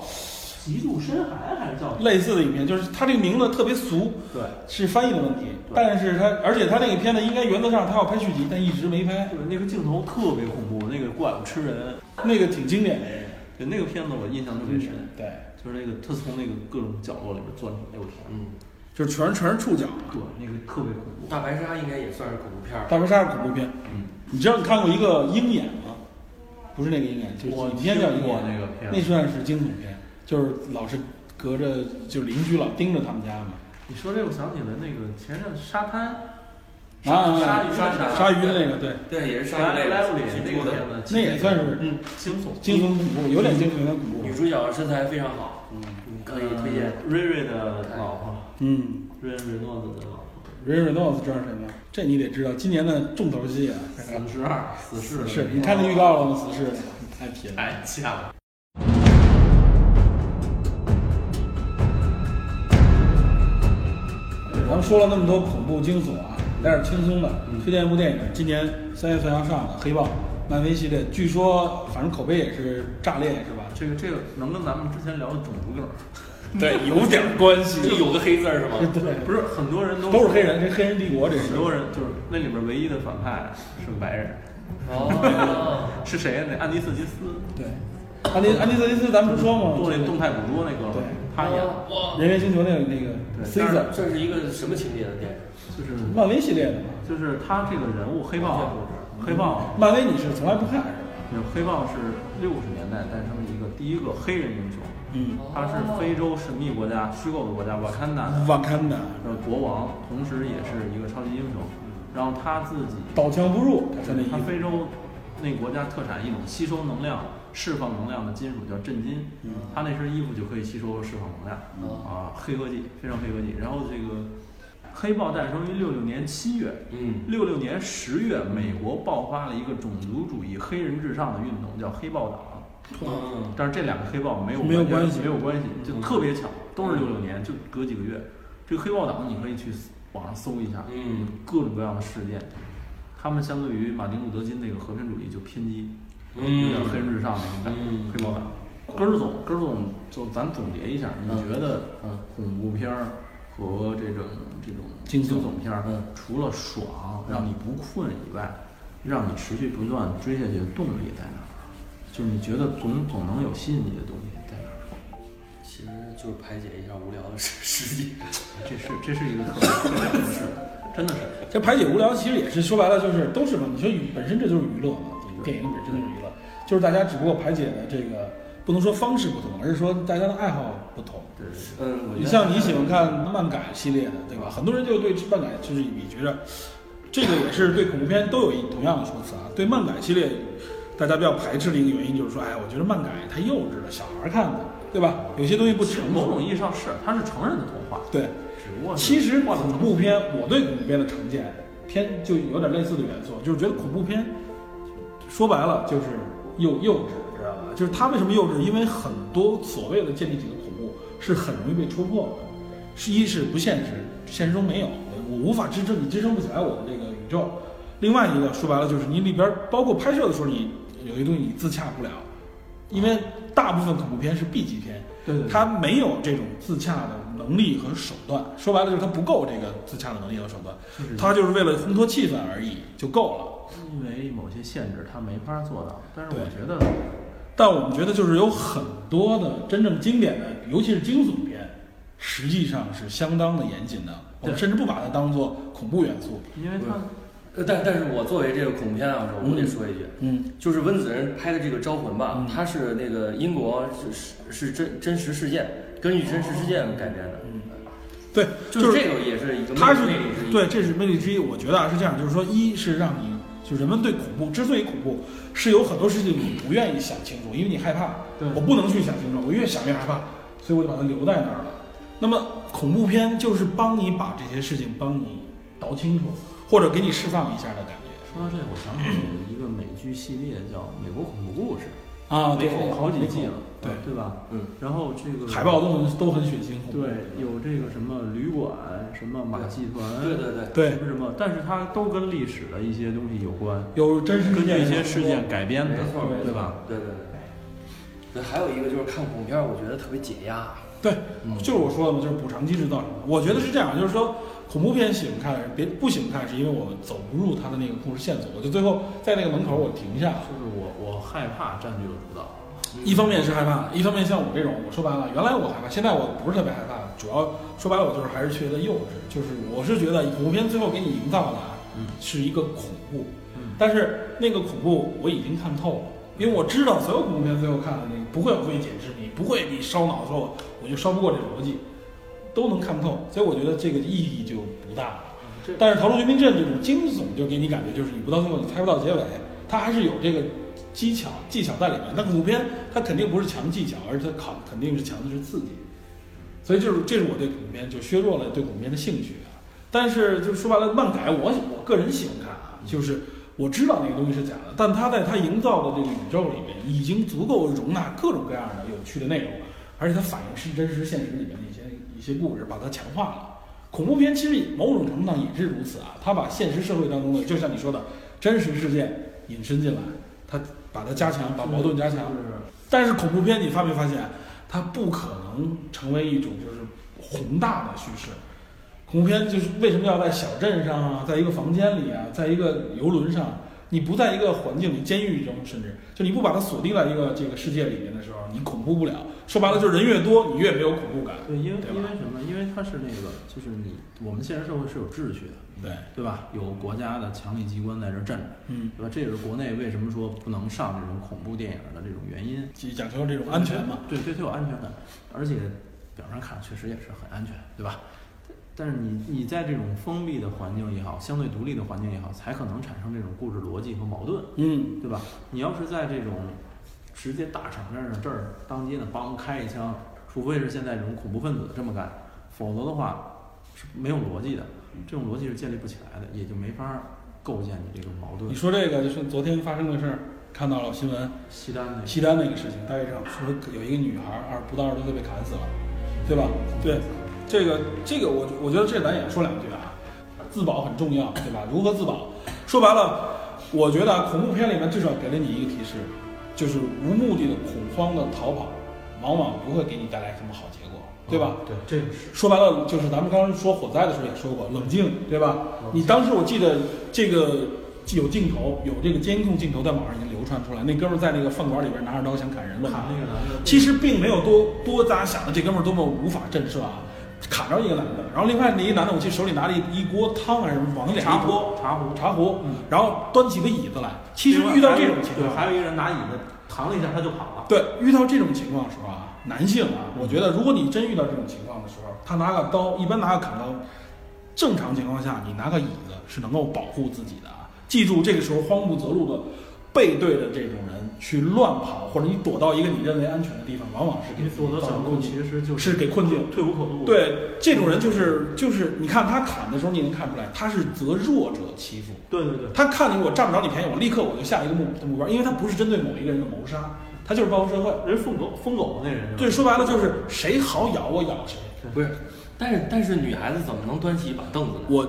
[SPEAKER 5] 极度深海还是叫什么
[SPEAKER 2] 类似的影片，就是它这个名字特别俗，
[SPEAKER 5] 对。
[SPEAKER 2] 是翻译的问题
[SPEAKER 5] 对。
[SPEAKER 2] 但是它，而且它那个片子应该原则上它要拍续集，但一直没拍，
[SPEAKER 5] 对，那个镜头特别恐怖，那个怪物吃人。
[SPEAKER 2] 那个挺经典的。
[SPEAKER 5] 对，那个片子我印象特别深，
[SPEAKER 2] 对，
[SPEAKER 5] 就是那个他从那个各种角落里边钻出来，哎我天，
[SPEAKER 4] 嗯，
[SPEAKER 2] 就是全是全是触角。
[SPEAKER 5] 对，那个特别恐怖。
[SPEAKER 4] 大白鲨应该也算是恐怖片儿。
[SPEAKER 2] 大白鲨是恐怖片，
[SPEAKER 5] 嗯，
[SPEAKER 2] 你知道你看过一个鹰眼吗？不是那个鹰眼，就是
[SPEAKER 5] 我
[SPEAKER 2] 影片叫鹰
[SPEAKER 5] 听过
[SPEAKER 2] 眼，
[SPEAKER 5] 那个片
[SPEAKER 2] 那算是惊悚片，就是老是隔着就是邻居老盯着他们家嘛。
[SPEAKER 5] 你说这，我想起来那个前阵沙滩，
[SPEAKER 2] 啊，
[SPEAKER 5] 鲨鱼
[SPEAKER 2] 鲨
[SPEAKER 5] 鲨
[SPEAKER 2] 鲨鱼的那个，对，
[SPEAKER 4] 对，也是鲨鱼
[SPEAKER 5] 莱
[SPEAKER 4] 类
[SPEAKER 5] 莱布里
[SPEAKER 4] 的
[SPEAKER 5] 那
[SPEAKER 4] 恐怖的。
[SPEAKER 5] 个片子，
[SPEAKER 2] 那也算是
[SPEAKER 5] 嗯惊悚。
[SPEAKER 2] 惊悚恐怖，有点惊悚，有点恐怖
[SPEAKER 4] 女。主角身材非常好，
[SPEAKER 2] 嗯
[SPEAKER 4] 你可以推荐。
[SPEAKER 5] 呃瑞瑞的老婆，
[SPEAKER 2] 嗯，
[SPEAKER 5] 瑞瑞诺子的老婆，
[SPEAKER 2] 瑞瑞诺嗯斯知道是谁吗？这你得知道，今年的重头戏啊，
[SPEAKER 5] 死侍二，死侍的
[SPEAKER 2] 是
[SPEAKER 5] 那个
[SPEAKER 2] 你看那预告了吗？死侍，太贫了。
[SPEAKER 5] 太像了。
[SPEAKER 2] 咱们说了那么多恐怖惊悚啊，来点轻松的，
[SPEAKER 5] 嗯
[SPEAKER 2] 推荐一部电影，今年三月份要上的《黑豹》，漫威系列，据说反正口碑也是炸裂，是吧？
[SPEAKER 5] 这个这个能跟咱们之前聊的种族梗，
[SPEAKER 4] 对，有点关系，就有个黑字儿是吗？
[SPEAKER 2] 对，
[SPEAKER 5] 不是很多人都
[SPEAKER 2] 都是黑人，这黑人帝国这
[SPEAKER 5] 很
[SPEAKER 2] 是。
[SPEAKER 5] 多人就是那里面唯一的反派是个白人，
[SPEAKER 4] 哦，
[SPEAKER 5] 是谁啊呀？那安迪·瑟金斯，
[SPEAKER 2] 对，安迪安迪瑟金斯，咱们不说吗？
[SPEAKER 5] 做那动态捕捉那哥们
[SPEAKER 2] 对
[SPEAKER 5] 儿，他演的，
[SPEAKER 4] 哇，
[SPEAKER 2] 人类星球那个那个
[SPEAKER 5] 对
[SPEAKER 2] Caesar，
[SPEAKER 4] 这是一个什么情节的电影？
[SPEAKER 5] 就是
[SPEAKER 2] 漫威系列的嘛。
[SPEAKER 5] 就是他这个人物黑豹，黑豹，
[SPEAKER 2] 漫威你是从来不看是吧？
[SPEAKER 5] 就是黑豹是六十年代诞生的一个第一个黑人英雄，
[SPEAKER 2] 嗯
[SPEAKER 5] 他是非洲神秘国家虚构的国家瓦坎达的
[SPEAKER 2] 瓦坎达，
[SPEAKER 5] 国王，同时也是一个超级英雄，然后他自己
[SPEAKER 2] 刀枪不入，他穿那衣
[SPEAKER 5] 他
[SPEAKER 2] 服。
[SPEAKER 5] 非洲那国家特产一种吸收能量、释放能量的金属叫震金，
[SPEAKER 2] 嗯
[SPEAKER 5] 他那身衣服就可以吸收和释放能量
[SPEAKER 4] 哦
[SPEAKER 5] 啊，黑科技非常黑科技。然后这个黑豹诞生于六六年七月，
[SPEAKER 4] 嗯
[SPEAKER 5] 六六年十月，美国爆发了一个种族主义、黑人至上的运动，叫黑豹党。
[SPEAKER 4] 嗯
[SPEAKER 5] 但是这两个黑豹没有
[SPEAKER 2] 没有
[SPEAKER 5] 完全
[SPEAKER 2] 关系
[SPEAKER 5] 没有关系，就
[SPEAKER 4] 嗯
[SPEAKER 5] 特别巧，都是六六年，就隔几个月。这个黑豹党你可以去网上搜一下，
[SPEAKER 4] 嗯
[SPEAKER 5] 各种各样的事件。他们相对于马丁路德金那个和平主义就偏激，有点
[SPEAKER 4] 嗯
[SPEAKER 5] 黑人至上那种感觉。
[SPEAKER 4] 嗯
[SPEAKER 5] 黑豹党，根儿总，根儿总，就咱总结一下，你觉得
[SPEAKER 4] 嗯
[SPEAKER 5] 恐怖片儿和这种这种
[SPEAKER 2] 惊悚
[SPEAKER 5] 惊悚嗯片儿
[SPEAKER 4] 嗯，
[SPEAKER 5] 除了爽让你不困以外，让你持续不断追下去的动力在哪儿？就是你觉得总总能有吸引你的东西在哪儿？
[SPEAKER 4] 其实就是排解一下无聊的时时间。
[SPEAKER 5] 这是这是一个特别特别合适的，真的是。
[SPEAKER 2] 这排解无聊其实也是说白了就是都是嘛，你说娱本身这就是娱乐嘛，电影本身就是娱乐，就是大家只不过排解的这个不能说方式不同，而是说大家的爱好不同。
[SPEAKER 5] 对对对
[SPEAKER 4] 嗯，我觉
[SPEAKER 2] 你
[SPEAKER 4] 得
[SPEAKER 2] 像你喜欢看漫改系列的，对吧？很多人就对漫改就是你觉着，这个也是对恐怖片都有一同样的说辞啊。对漫改系列，大家比较排斥的一个原因就是说，哎，我觉得漫改太幼稚了，小孩儿看的，对吧？有些东西不成
[SPEAKER 5] 某
[SPEAKER 2] 熟
[SPEAKER 5] 种。意义上是，它是成人的童话，
[SPEAKER 2] 对，
[SPEAKER 5] 只不过是
[SPEAKER 2] 其实恐怖片，我对恐怖片的成见偏就有点类似的元素，就是觉得恐怖片说白了就是幼幼稚，知道吧？就是它为什么幼稚？因为很多所谓的建立起的恐怖是很容易被戳破的，是一是不现实，现实中没有，我无法支撑你支撑不起来我们这个宇宙。另外一个说白了就是你里边儿包括拍摄的时候，你有些东西你自洽不了，因为大部分恐怖片是 B 级片，
[SPEAKER 5] 对对对
[SPEAKER 2] 他没有这种自洽的能力和手段。说白了就是他不够这个自洽的能力和手段，
[SPEAKER 5] 就是
[SPEAKER 2] 他就是为了烘托气氛而已就够了。
[SPEAKER 5] 因为某些限制，它没法做到。但是
[SPEAKER 2] 对
[SPEAKER 5] 我觉得，
[SPEAKER 2] 但我们觉得就是有很多的真正经典的，尤其是惊悚片，实际上是相当的严谨的，我们
[SPEAKER 5] 对
[SPEAKER 2] 甚至不把它当做恐怖元素。
[SPEAKER 5] 因为它
[SPEAKER 4] 呃但但是我作为这个恐怖片爱好者，我得说一句，
[SPEAKER 2] 嗯，
[SPEAKER 4] 就是温子仁拍的这个《招魂》吧
[SPEAKER 2] 嗯，
[SPEAKER 4] 它是那个英国是是是真真实事件，根据真实事件改编的，
[SPEAKER 2] 对，
[SPEAKER 4] 就是这个也是一个
[SPEAKER 2] 它是
[SPEAKER 4] 魅力之一。
[SPEAKER 2] 对，这是魅力之一。我觉得啊是这样，就是说，一是让你就人们对恐怖之所以恐怖，是有很多事情你不愿意想清楚，因为你害怕
[SPEAKER 5] 对。
[SPEAKER 2] 我不能去想清楚，我越想越害怕，所以我就把它留在那儿了。那么恐怖片就是帮你把这些事情帮你倒清楚，或者给你释放一下的感觉
[SPEAKER 5] 说到这，我想起了一个美剧系列叫《美国恐怖故事
[SPEAKER 2] 啊》，
[SPEAKER 5] 美国好几季了，
[SPEAKER 2] 对
[SPEAKER 5] 对吧？
[SPEAKER 4] 嗯，
[SPEAKER 5] 然后这个
[SPEAKER 2] 海报都很都很血腥恐怖。
[SPEAKER 5] 对有这个什么旅馆、什么马戏团，
[SPEAKER 4] 对对对，
[SPEAKER 2] 对
[SPEAKER 5] 什么什么，但是它都跟历史的一些东西有关，
[SPEAKER 2] 有真实
[SPEAKER 5] 根
[SPEAKER 2] 事
[SPEAKER 5] 据
[SPEAKER 2] 件
[SPEAKER 5] 一些事件改编的
[SPEAKER 4] 没，错没错
[SPEAKER 5] 对吧？
[SPEAKER 4] 对对对。对，还有一个就是看恐怖片儿，我觉得特别解压。
[SPEAKER 2] 对，就是我说的嘛，就是补偿机制造成的。我觉得是这样，就是说恐怖片喜欢看的人，别不喜欢看，是因为我们走不入他的那个故事线索。我就最后在那个门口我停下了，
[SPEAKER 5] 就是我我害怕占据了主导，
[SPEAKER 2] 一方面是害怕，一方面像我这种，我说白了，原来我害怕，现在我不是特别害怕，主要说白了我就是还是觉得幼稚，就是我是觉得恐怖片最后给你营造的啊
[SPEAKER 5] 嗯
[SPEAKER 2] 是一个恐怖，
[SPEAKER 5] 嗯
[SPEAKER 2] 但是那个恐怖我已经看透了。因为我知道所有恐怖片最后看的那个不会有未解之谜，不会你烧脑说我我就烧不过这逻辑，都能看透，所以我觉得这个意义就不大了。
[SPEAKER 5] 嗯这
[SPEAKER 2] 但是《逃出绝命镇》这种惊悚，就给你感觉就是你不到最后你猜不到结尾，它还是有这个技巧技巧在里面。但恐怖片它肯定不是强技巧，而是它考肯定是强的是刺激。所以就是这是我对恐怖片就削弱了对恐怖片的兴趣啊。但是就说白了，漫改我我个人喜欢看啊，就是我知道那个东西是假的，但它在它营造的这个宇宙里面已经足够容纳各种各样的有趣的内容了，而且它反映是真实现实里面的一些一些故事，把它强化了。恐怖片其实某种程度上也是如此啊，它把现实社会当中的，就像你说的真实事件引申进来，它把它加强，把矛盾加强
[SPEAKER 5] 就。是
[SPEAKER 2] 但是恐怖片你发没发现，它不可能成为一种就是宏大的叙事。恐怖片就是为什么要在小镇上啊，在一个房间里啊，在一个游轮上，你不在一个环境里，监狱中，甚至就你不把它锁定在一个这个世界里面的时候，你恐怖不了。说白了，就是人越多，你越没有恐怖感。
[SPEAKER 5] 对，因为
[SPEAKER 2] 对吧
[SPEAKER 5] 因为什么？因为它是那个，就是你我们现实社会是有秩序的，
[SPEAKER 2] 对，
[SPEAKER 5] 对吧？有国家的强力机关在这儿站着。
[SPEAKER 2] 嗯，
[SPEAKER 5] 对吧？这也是国内为什么说不能上这种恐怖电影的这种原因。
[SPEAKER 2] 就讲究这种安全嘛。
[SPEAKER 5] 对，对，它有安全感，而且表面上看确实也是很安全，对吧？但是你你在这种封闭的环境也好，相对独立的环境也好，才可能产生这种故事逻辑和矛盾，
[SPEAKER 2] 嗯，
[SPEAKER 5] 对吧？你要是在这种直接大场面上这儿当街的帮开一枪，除非是现在这种恐怖分子这么干，否则的话是没有逻辑的。
[SPEAKER 2] 嗯
[SPEAKER 5] 这种逻辑是建立不起来的，也就没法构建你这个矛盾
[SPEAKER 2] 你。说这个就是昨天发生的事儿，看到了新闻，
[SPEAKER 5] 西单那个
[SPEAKER 2] 西单那个事情，大概上说有一个女孩二不到二十岁被砍死了，对吧？对，这个这个我我觉得这咱也说两句啊，自保很重要，对吧？如何自保？说白了，我觉得啊，恐怖片里面至少给了你一个提示，就是无目的的恐慌的逃跑，往往不会给你带来什么好结果，对吧？
[SPEAKER 5] 对，这个是
[SPEAKER 2] 说白了，就是咱们刚刚说火灾的时候也说过，冷静，对吧？你当时我记得这个有镜头，有这个监控镜头在网上已经流传出来，那哥们儿在那个饭馆里边拿着刀想砍人了
[SPEAKER 5] 砍。那个男的，
[SPEAKER 2] 其实并没有多多咋想的，这哥们儿多么无法震慑啊！砍着一个男的，然后另外那一男的，我记得手里拿着一一锅汤还是什么，往脸
[SPEAKER 5] 茶
[SPEAKER 2] 上一
[SPEAKER 5] 壶
[SPEAKER 2] 泼，
[SPEAKER 5] 茶壶，
[SPEAKER 2] 茶壶，然后端起个椅子来。其实
[SPEAKER 5] 另外
[SPEAKER 2] 遇到
[SPEAKER 5] 还
[SPEAKER 2] 这
[SPEAKER 5] 有
[SPEAKER 2] 种情况
[SPEAKER 5] 对，，还有一个人拿椅子扛了一下，他就跑了。
[SPEAKER 2] 对，遇到这种情况的时候啊，男性啊，我觉得如果你真遇到这种情况的时候，他拿个刀，一般拿个砍刀，正常情况下你拿个椅子是能够保护自己的啊。记住，这个时候慌不择路的背对着这种人去乱跑，或者你躲到一个你认为安全的地方，往往是给
[SPEAKER 5] 你
[SPEAKER 2] 自己
[SPEAKER 5] 做的
[SPEAKER 2] 造
[SPEAKER 5] 角
[SPEAKER 2] 成
[SPEAKER 5] 度
[SPEAKER 2] 困境，
[SPEAKER 5] 其实就是
[SPEAKER 2] 给困境。
[SPEAKER 5] 退无可退。，
[SPEAKER 2] 对，这种人就是就是，你看他砍的时候，你能看出来他是择弱者欺负。
[SPEAKER 5] 对对对，
[SPEAKER 2] 他看你我占不着你便宜，我立刻我就下一个目目标，因为他不是针对某一个人的谋杀，他就是报复社会。
[SPEAKER 5] 人疯狗疯狗那人，
[SPEAKER 2] 对，，说白了就是谁好咬我咬谁。
[SPEAKER 4] 不是，但是但是女孩子怎么能端起一把凳子呢？
[SPEAKER 2] 我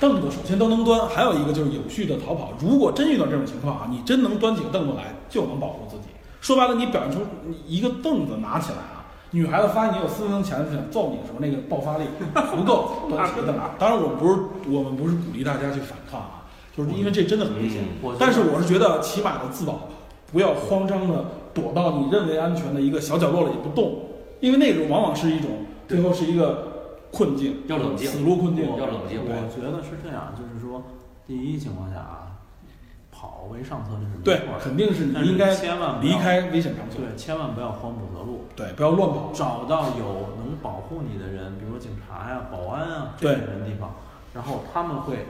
[SPEAKER 2] 凳子首先都能端，还有一个就是有序的逃跑。如果真遇到这种情况啊，你真能端起个凳子来，就能保护自己。说白了，你表现出一个凳子拿起来啊，女孩子发现你有私生钱想揍你的时候，那个爆发力足够 端起个凳子。当然，我们不是我们不是鼓励大家去反抗啊，就是因为这真的很危险。
[SPEAKER 4] 嗯
[SPEAKER 5] 我觉得
[SPEAKER 2] 但是我是觉得起码的自保，不要慌张的躲到你认为安全的一个小角落里不动，因为那种往往是一种最后是一个困境，
[SPEAKER 4] 要冷静
[SPEAKER 2] 死路困境，
[SPEAKER 4] 要冷静
[SPEAKER 2] 对
[SPEAKER 5] 我觉得是这样，就是说，第一情况下啊，跑为上策，这是没
[SPEAKER 2] 对
[SPEAKER 5] 错，的
[SPEAKER 2] 肯定是
[SPEAKER 5] 但
[SPEAKER 2] 你
[SPEAKER 5] 是
[SPEAKER 2] 应该
[SPEAKER 5] 千万不
[SPEAKER 2] 离
[SPEAKER 5] 要，
[SPEAKER 2] 开危险场所，
[SPEAKER 5] 对，千万不要慌不择路，
[SPEAKER 2] 对，不要乱跑，
[SPEAKER 5] 找到有能保护你的人，比如说警察呀、保安啊这
[SPEAKER 2] 对
[SPEAKER 5] 种人地方，然后他们会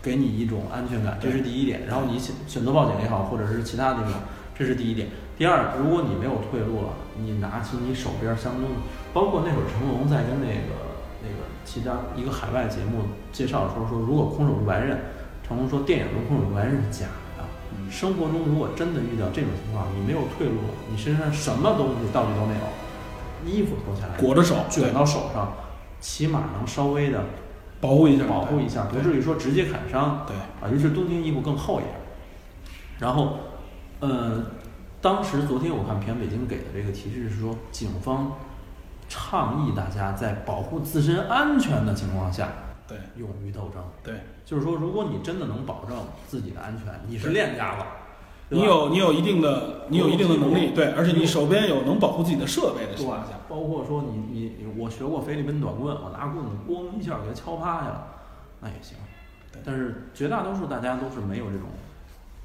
[SPEAKER 5] 给你一种安全感，这
[SPEAKER 2] 对
[SPEAKER 5] 是第一点。然后你选选择报警也好，或者是其他地方，这是第一点。第二，如果你没有退路了，你拿起你手边相中，包括那会儿成龙在跟那个那个其他一个海外节目介绍的时候说，如果空手是白刃，成龙说电影中空手是白刃是假的。
[SPEAKER 2] 嗯
[SPEAKER 5] 生活中如果真的遇到这种情况，你没有退路了，你身上什么东西道具都没有，衣服脱下来，
[SPEAKER 2] 裹着手，对
[SPEAKER 5] 卷，到手上，起码能稍微的
[SPEAKER 2] 保护一下，
[SPEAKER 5] 保护一下，不至于说直接砍伤
[SPEAKER 2] 对，
[SPEAKER 5] 啊。尤其是冬天衣服更厚一点。然后，呃，当时昨天我看平安北京给的这个提示是说，警方倡议大家在保护自身安全的情况下，
[SPEAKER 2] 对
[SPEAKER 5] 勇于斗争。
[SPEAKER 2] 对，
[SPEAKER 5] 就是说，如果你真的能保证自己的安全，你是练家子，对
[SPEAKER 2] 你
[SPEAKER 5] 吧
[SPEAKER 2] 有你有一定的你有一定的能力，对，而且你手边有能保护自己的设备的情
[SPEAKER 5] 对
[SPEAKER 2] 况下，，
[SPEAKER 5] 包括说你你你我学过菲律宾短棍，我拿棍子咣一下给他敲趴下了，那也行
[SPEAKER 2] 对。
[SPEAKER 5] 但是绝大多数大家都是没有这种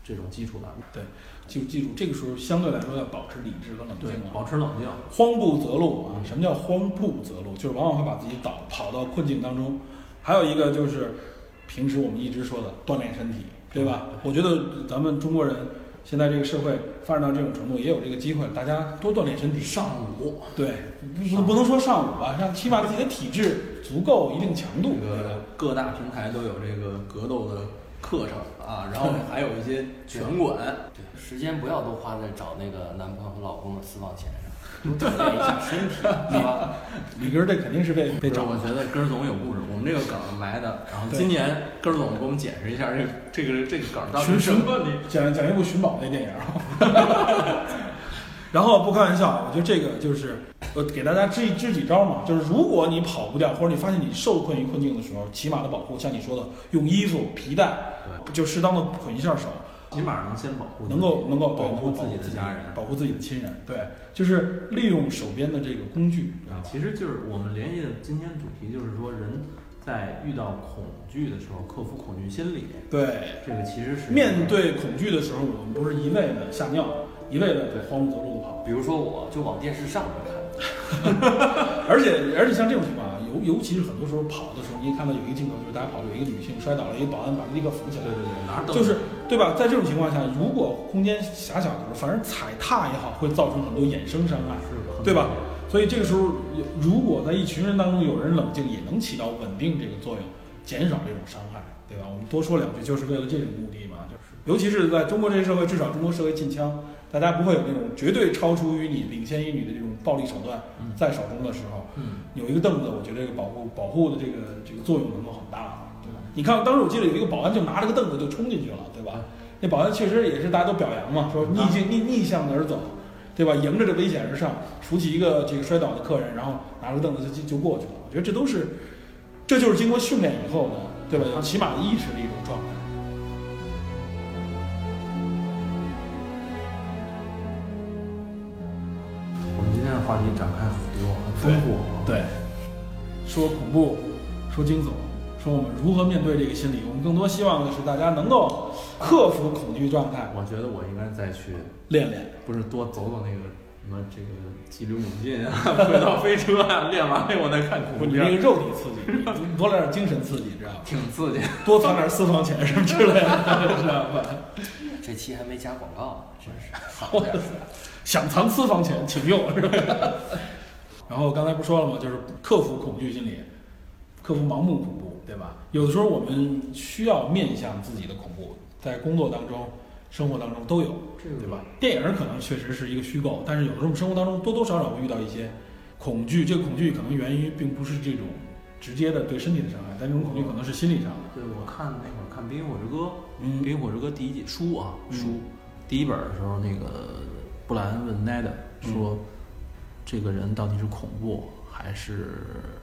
[SPEAKER 5] 这种基础的，
[SPEAKER 2] 就记住这个时候相对来说要保持理智和冷静
[SPEAKER 5] 对，
[SPEAKER 2] 啊。
[SPEAKER 5] 保持冷静。
[SPEAKER 2] 慌不择路啊！什么叫慌不择路？就是往往会把自己导跑到困境当中。还有一个就是，平时我们一直说的锻炼身体，对吧？我觉得咱们中国人现在这个社会发展到这种程度，也有这个机会，大家多锻炼身体。上午对，不不能说上午吧，让起码自己的体质足够一定强度，
[SPEAKER 5] 这
[SPEAKER 2] 对
[SPEAKER 5] 个
[SPEAKER 2] 吧？
[SPEAKER 5] 各大平台都有这个格斗的课程 啊，然后还有一些拳馆，
[SPEAKER 4] 对，时间不要都花在找那个男朋友和老公的私房钱上，多锻炼一下身体，是 吧？
[SPEAKER 2] 李根儿这肯定是被
[SPEAKER 7] 不
[SPEAKER 2] 被
[SPEAKER 7] 是，
[SPEAKER 2] 找
[SPEAKER 7] 我觉得根儿总有故事，我们这个梗埋的。然后今年根儿总给我们解释一下这个这个这个梗到底
[SPEAKER 2] 寻
[SPEAKER 7] 是什么问题。
[SPEAKER 2] 讲讲一部寻宝那电影儿。 然后不开玩笑，啊我觉得这个就是呃，给大家支支几招嘛，就是如果你跑不掉，或者你发现你受困于困境的时候，起码的保护，像你说的，用衣服、皮带，就适当的捆一下手，
[SPEAKER 5] 起码能先保护自己
[SPEAKER 2] 能够能够
[SPEAKER 5] 保护自己的
[SPEAKER 2] 自己
[SPEAKER 5] 家人
[SPEAKER 2] 保护自己的亲人，对，就是利用手边的这个工具，知道
[SPEAKER 5] 啊
[SPEAKER 2] 吧，
[SPEAKER 5] 其实就是我们联系的今天主题就是说，人在遇到恐惧的时候，克服恐惧心理，
[SPEAKER 2] 对，
[SPEAKER 5] 这个其实是
[SPEAKER 2] 面对恐惧的时候，我们不是一味的吓尿，一味的慌不择路的跑。
[SPEAKER 4] 比如说我就往电视上面看，
[SPEAKER 2] 而且而且像这种情况啊，尤尤其是很多时候跑的时候，你也看到有一个镜头，就是大家跑，有一个女性摔倒了，一个保安把她立刻扶起
[SPEAKER 5] 对
[SPEAKER 2] 来，
[SPEAKER 5] 对对，拿着凳子
[SPEAKER 2] 就是对吧？在这种情况下，如果空间狭小的时候，反而踩踏也好，会造成很多衍生伤害，
[SPEAKER 5] 是
[SPEAKER 2] 对吧？所以这个时候，如果在一群人当中有人冷静，也能起到稳定这个作用。减少这种伤害，对吧？我们多说两句就是为了这种目的嘛，就是尤其是在中国这个社会，至少中国社会禁枪，大家不会有那种绝对超出于你、领先于你的这种暴力手段
[SPEAKER 8] 嗯
[SPEAKER 2] 在手中的时候，
[SPEAKER 8] 嗯，
[SPEAKER 2] 有一个凳子，我觉得这个保护保护的这个这个作用能够很大，啊对吧？你看当时我记得有一个保安就拿着个凳子就冲进去了，对吧？那保安确实也是大家都表扬嘛，说逆境逆逆向而走，对吧？迎着这危险而上，扶起一个这个摔倒的客人，然后拿着凳子就就就过去了。我觉得这都是，这就是经过训练以后的，对吧？有起码的意识的一种状态。
[SPEAKER 8] 我们今天的话题展开很多，很丰富啊。
[SPEAKER 2] 对，说恐怖，说惊悚，说我们如何面对这个心理，我们更多希望的是大家能够克服恐惧状态，
[SPEAKER 5] 我觉得我应该再去，
[SPEAKER 2] 练练。
[SPEAKER 5] 不是多走走那个什么这个激流勇进啊， 轨道飞车啊， 练完了我再看恐
[SPEAKER 2] 不，
[SPEAKER 5] 怖
[SPEAKER 2] 你
[SPEAKER 5] 片
[SPEAKER 2] 那个
[SPEAKER 5] 儿，
[SPEAKER 2] 肉体刺激，你多来点精神刺激，知道吧？
[SPEAKER 5] 挺刺激。
[SPEAKER 2] 多藏点私房钱什么之类的，知道吧？
[SPEAKER 4] 这期还没加广告呢，真 是好点儿。
[SPEAKER 2] 想藏私房钱，请用，是吧？然后刚才不说了吗？就是克服恐惧心理，克服盲目恐怖，对吧？有的时候我们需要面向自己的恐怖，在工作当中、生活当中都有，对吧？电影可能确实是一个虚构，但是有时候我们生活当中多多少少会遇到一些恐惧，这个恐惧可能源于并不是这种直接的对身体的伤害，但这种恐惧可能是心理上的。
[SPEAKER 5] 对，我看那会儿看《冰与火之歌》，《
[SPEAKER 2] 嗯
[SPEAKER 5] 冰与火之歌》第一季书啊
[SPEAKER 2] 嗯
[SPEAKER 5] 书，第一本的时候，那个布莱恩问奈德说，这个人到底是恐怖还是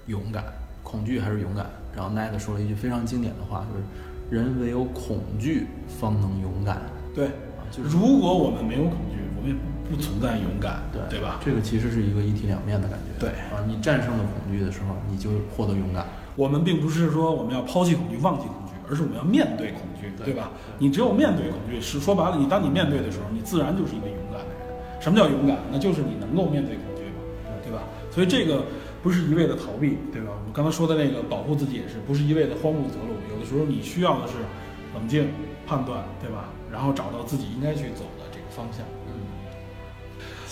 [SPEAKER 5] 勇敢，恐惧还是勇敢？然后奈德说了一句非常经典的话，就是人唯有恐惧方能勇敢。
[SPEAKER 2] 对，
[SPEAKER 5] 就是
[SPEAKER 2] 如果我们没有恐惧，我们也不不存在勇敢，
[SPEAKER 5] 对
[SPEAKER 2] 对吧？
[SPEAKER 5] 这个其实是一个一体两面的感觉。
[SPEAKER 2] 对
[SPEAKER 5] 啊，你战胜了恐惧的时候，你就获得勇敢。
[SPEAKER 2] 我们并不是说我们要抛弃恐惧、忘记恐惧，而是我们要面对恐惧，对吧？你只有面对恐惧，是说白了，你当你面对的时候，你自然就是一个勇敢的人。什么叫勇敢？那就是你能够面对恐惧嘛，对吧？所以这个不是一味的逃避，对吧？我们刚才说的那个保护自己也是，不是一味的慌不择路。有的时候你需要的是冷静判断，对吧？然后找到自己应该去走的这个方向。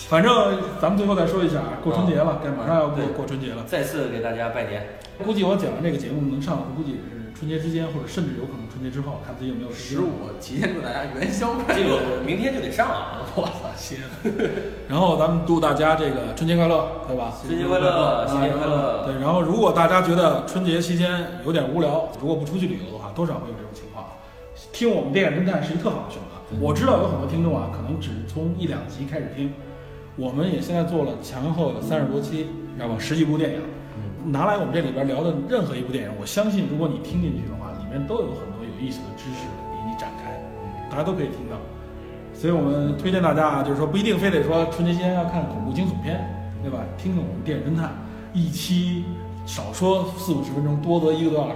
[SPEAKER 2] 反正咱们最后再说一下，啊，过春节了，该马上要过
[SPEAKER 4] 对
[SPEAKER 2] 过春节了。
[SPEAKER 4] 再次给大家拜年，
[SPEAKER 2] 估计我讲完这个节目能上，估计也是春节之间，或者甚至有可能春节之后，看自己有没有时
[SPEAKER 5] 十
[SPEAKER 2] 间
[SPEAKER 5] 五。，提前祝大家元宵快
[SPEAKER 4] 这
[SPEAKER 5] 乐！
[SPEAKER 4] 个明天就得上 啊！
[SPEAKER 2] 我操，歇了。然后咱们祝大家这个春节快乐，对吧？啊
[SPEAKER 4] 春节快乐，新年快乐！
[SPEAKER 2] 对，然后如果大家觉得春节期间有点无聊，如果不出去旅游的话，多少会有这种情况。听我们电影侦探是一个特好的选
[SPEAKER 4] 嗯
[SPEAKER 2] 择。我知道有很多听众啊，可能只从一两集开始听。我们也现在做了前后的三十多期，知道吧？十几部电
[SPEAKER 4] 嗯
[SPEAKER 2] 影，拿来我们这里边聊的任何一部电影，我相信如果你听进去的话，里面都有很多有意思的知识给你展开，
[SPEAKER 4] 嗯
[SPEAKER 2] 大家都可以听到。所以我们推荐大家啊，就是说不一定非得说春节期间要看恐怖惊悚片，对吧？听听我们电影侦探，一期少说四五十分钟，多则一个多小时，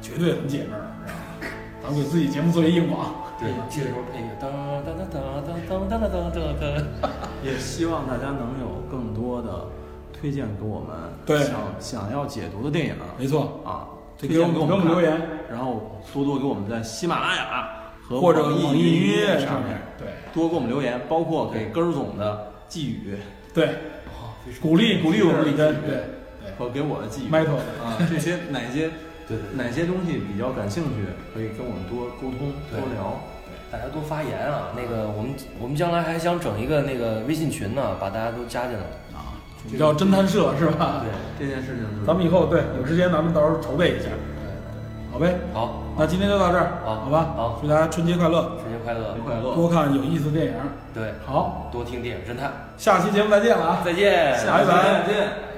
[SPEAKER 2] 绝对很解闷儿， 知道吧？咱们给自己节目做一硬广。
[SPEAKER 4] 对，这时候配乐，当当当当当当当当当当。
[SPEAKER 5] 也希望大家能有更多的推荐给我们，
[SPEAKER 2] 对
[SPEAKER 5] 想想要解读的电影
[SPEAKER 2] 没错，
[SPEAKER 5] 啊，
[SPEAKER 2] 就
[SPEAKER 5] 推
[SPEAKER 2] 给我
[SPEAKER 5] 荐
[SPEAKER 2] 们给
[SPEAKER 5] 给我
[SPEAKER 2] 我
[SPEAKER 5] 们
[SPEAKER 2] 们留
[SPEAKER 5] 看，
[SPEAKER 2] 言，
[SPEAKER 5] 然后多多给我们在喜马拉雅和
[SPEAKER 2] 或者
[SPEAKER 5] 网
[SPEAKER 2] 网
[SPEAKER 5] 易
[SPEAKER 2] 易
[SPEAKER 5] 云
[SPEAKER 2] 云音乐
[SPEAKER 5] 上
[SPEAKER 2] 上面，对
[SPEAKER 5] 多给我们留言，包括给根儿总的寄语
[SPEAKER 2] 对，啊鼓励鼓励我们李根，对
[SPEAKER 5] 和给我的寄语
[SPEAKER 2] ，metal 的
[SPEAKER 5] 啊，这 些哪些对哪些东西比较感兴趣，可以跟我们多沟通多聊。
[SPEAKER 4] 大家多发言啊！那个，我们我们将来还想整一个那个微信群呢，把大家都加进来。
[SPEAKER 2] 啊，主叫侦探社是吧？
[SPEAKER 4] 对，
[SPEAKER 5] 这件事情就是
[SPEAKER 2] 啊咱们以后对有时间咱们到时候筹备一下，好呗。
[SPEAKER 4] 好，
[SPEAKER 2] 那今天就到这儿，
[SPEAKER 4] 好
[SPEAKER 2] 好吧？
[SPEAKER 4] 好
[SPEAKER 2] 祝大家春节快乐，
[SPEAKER 4] 春节快乐！
[SPEAKER 5] 快乐。
[SPEAKER 2] 多看有意思的电影。
[SPEAKER 4] 对，
[SPEAKER 2] 好，
[SPEAKER 4] 多听电影侦探，
[SPEAKER 2] 下期节目再见了啊！
[SPEAKER 4] 再见。
[SPEAKER 2] 拜拜
[SPEAKER 5] 再见。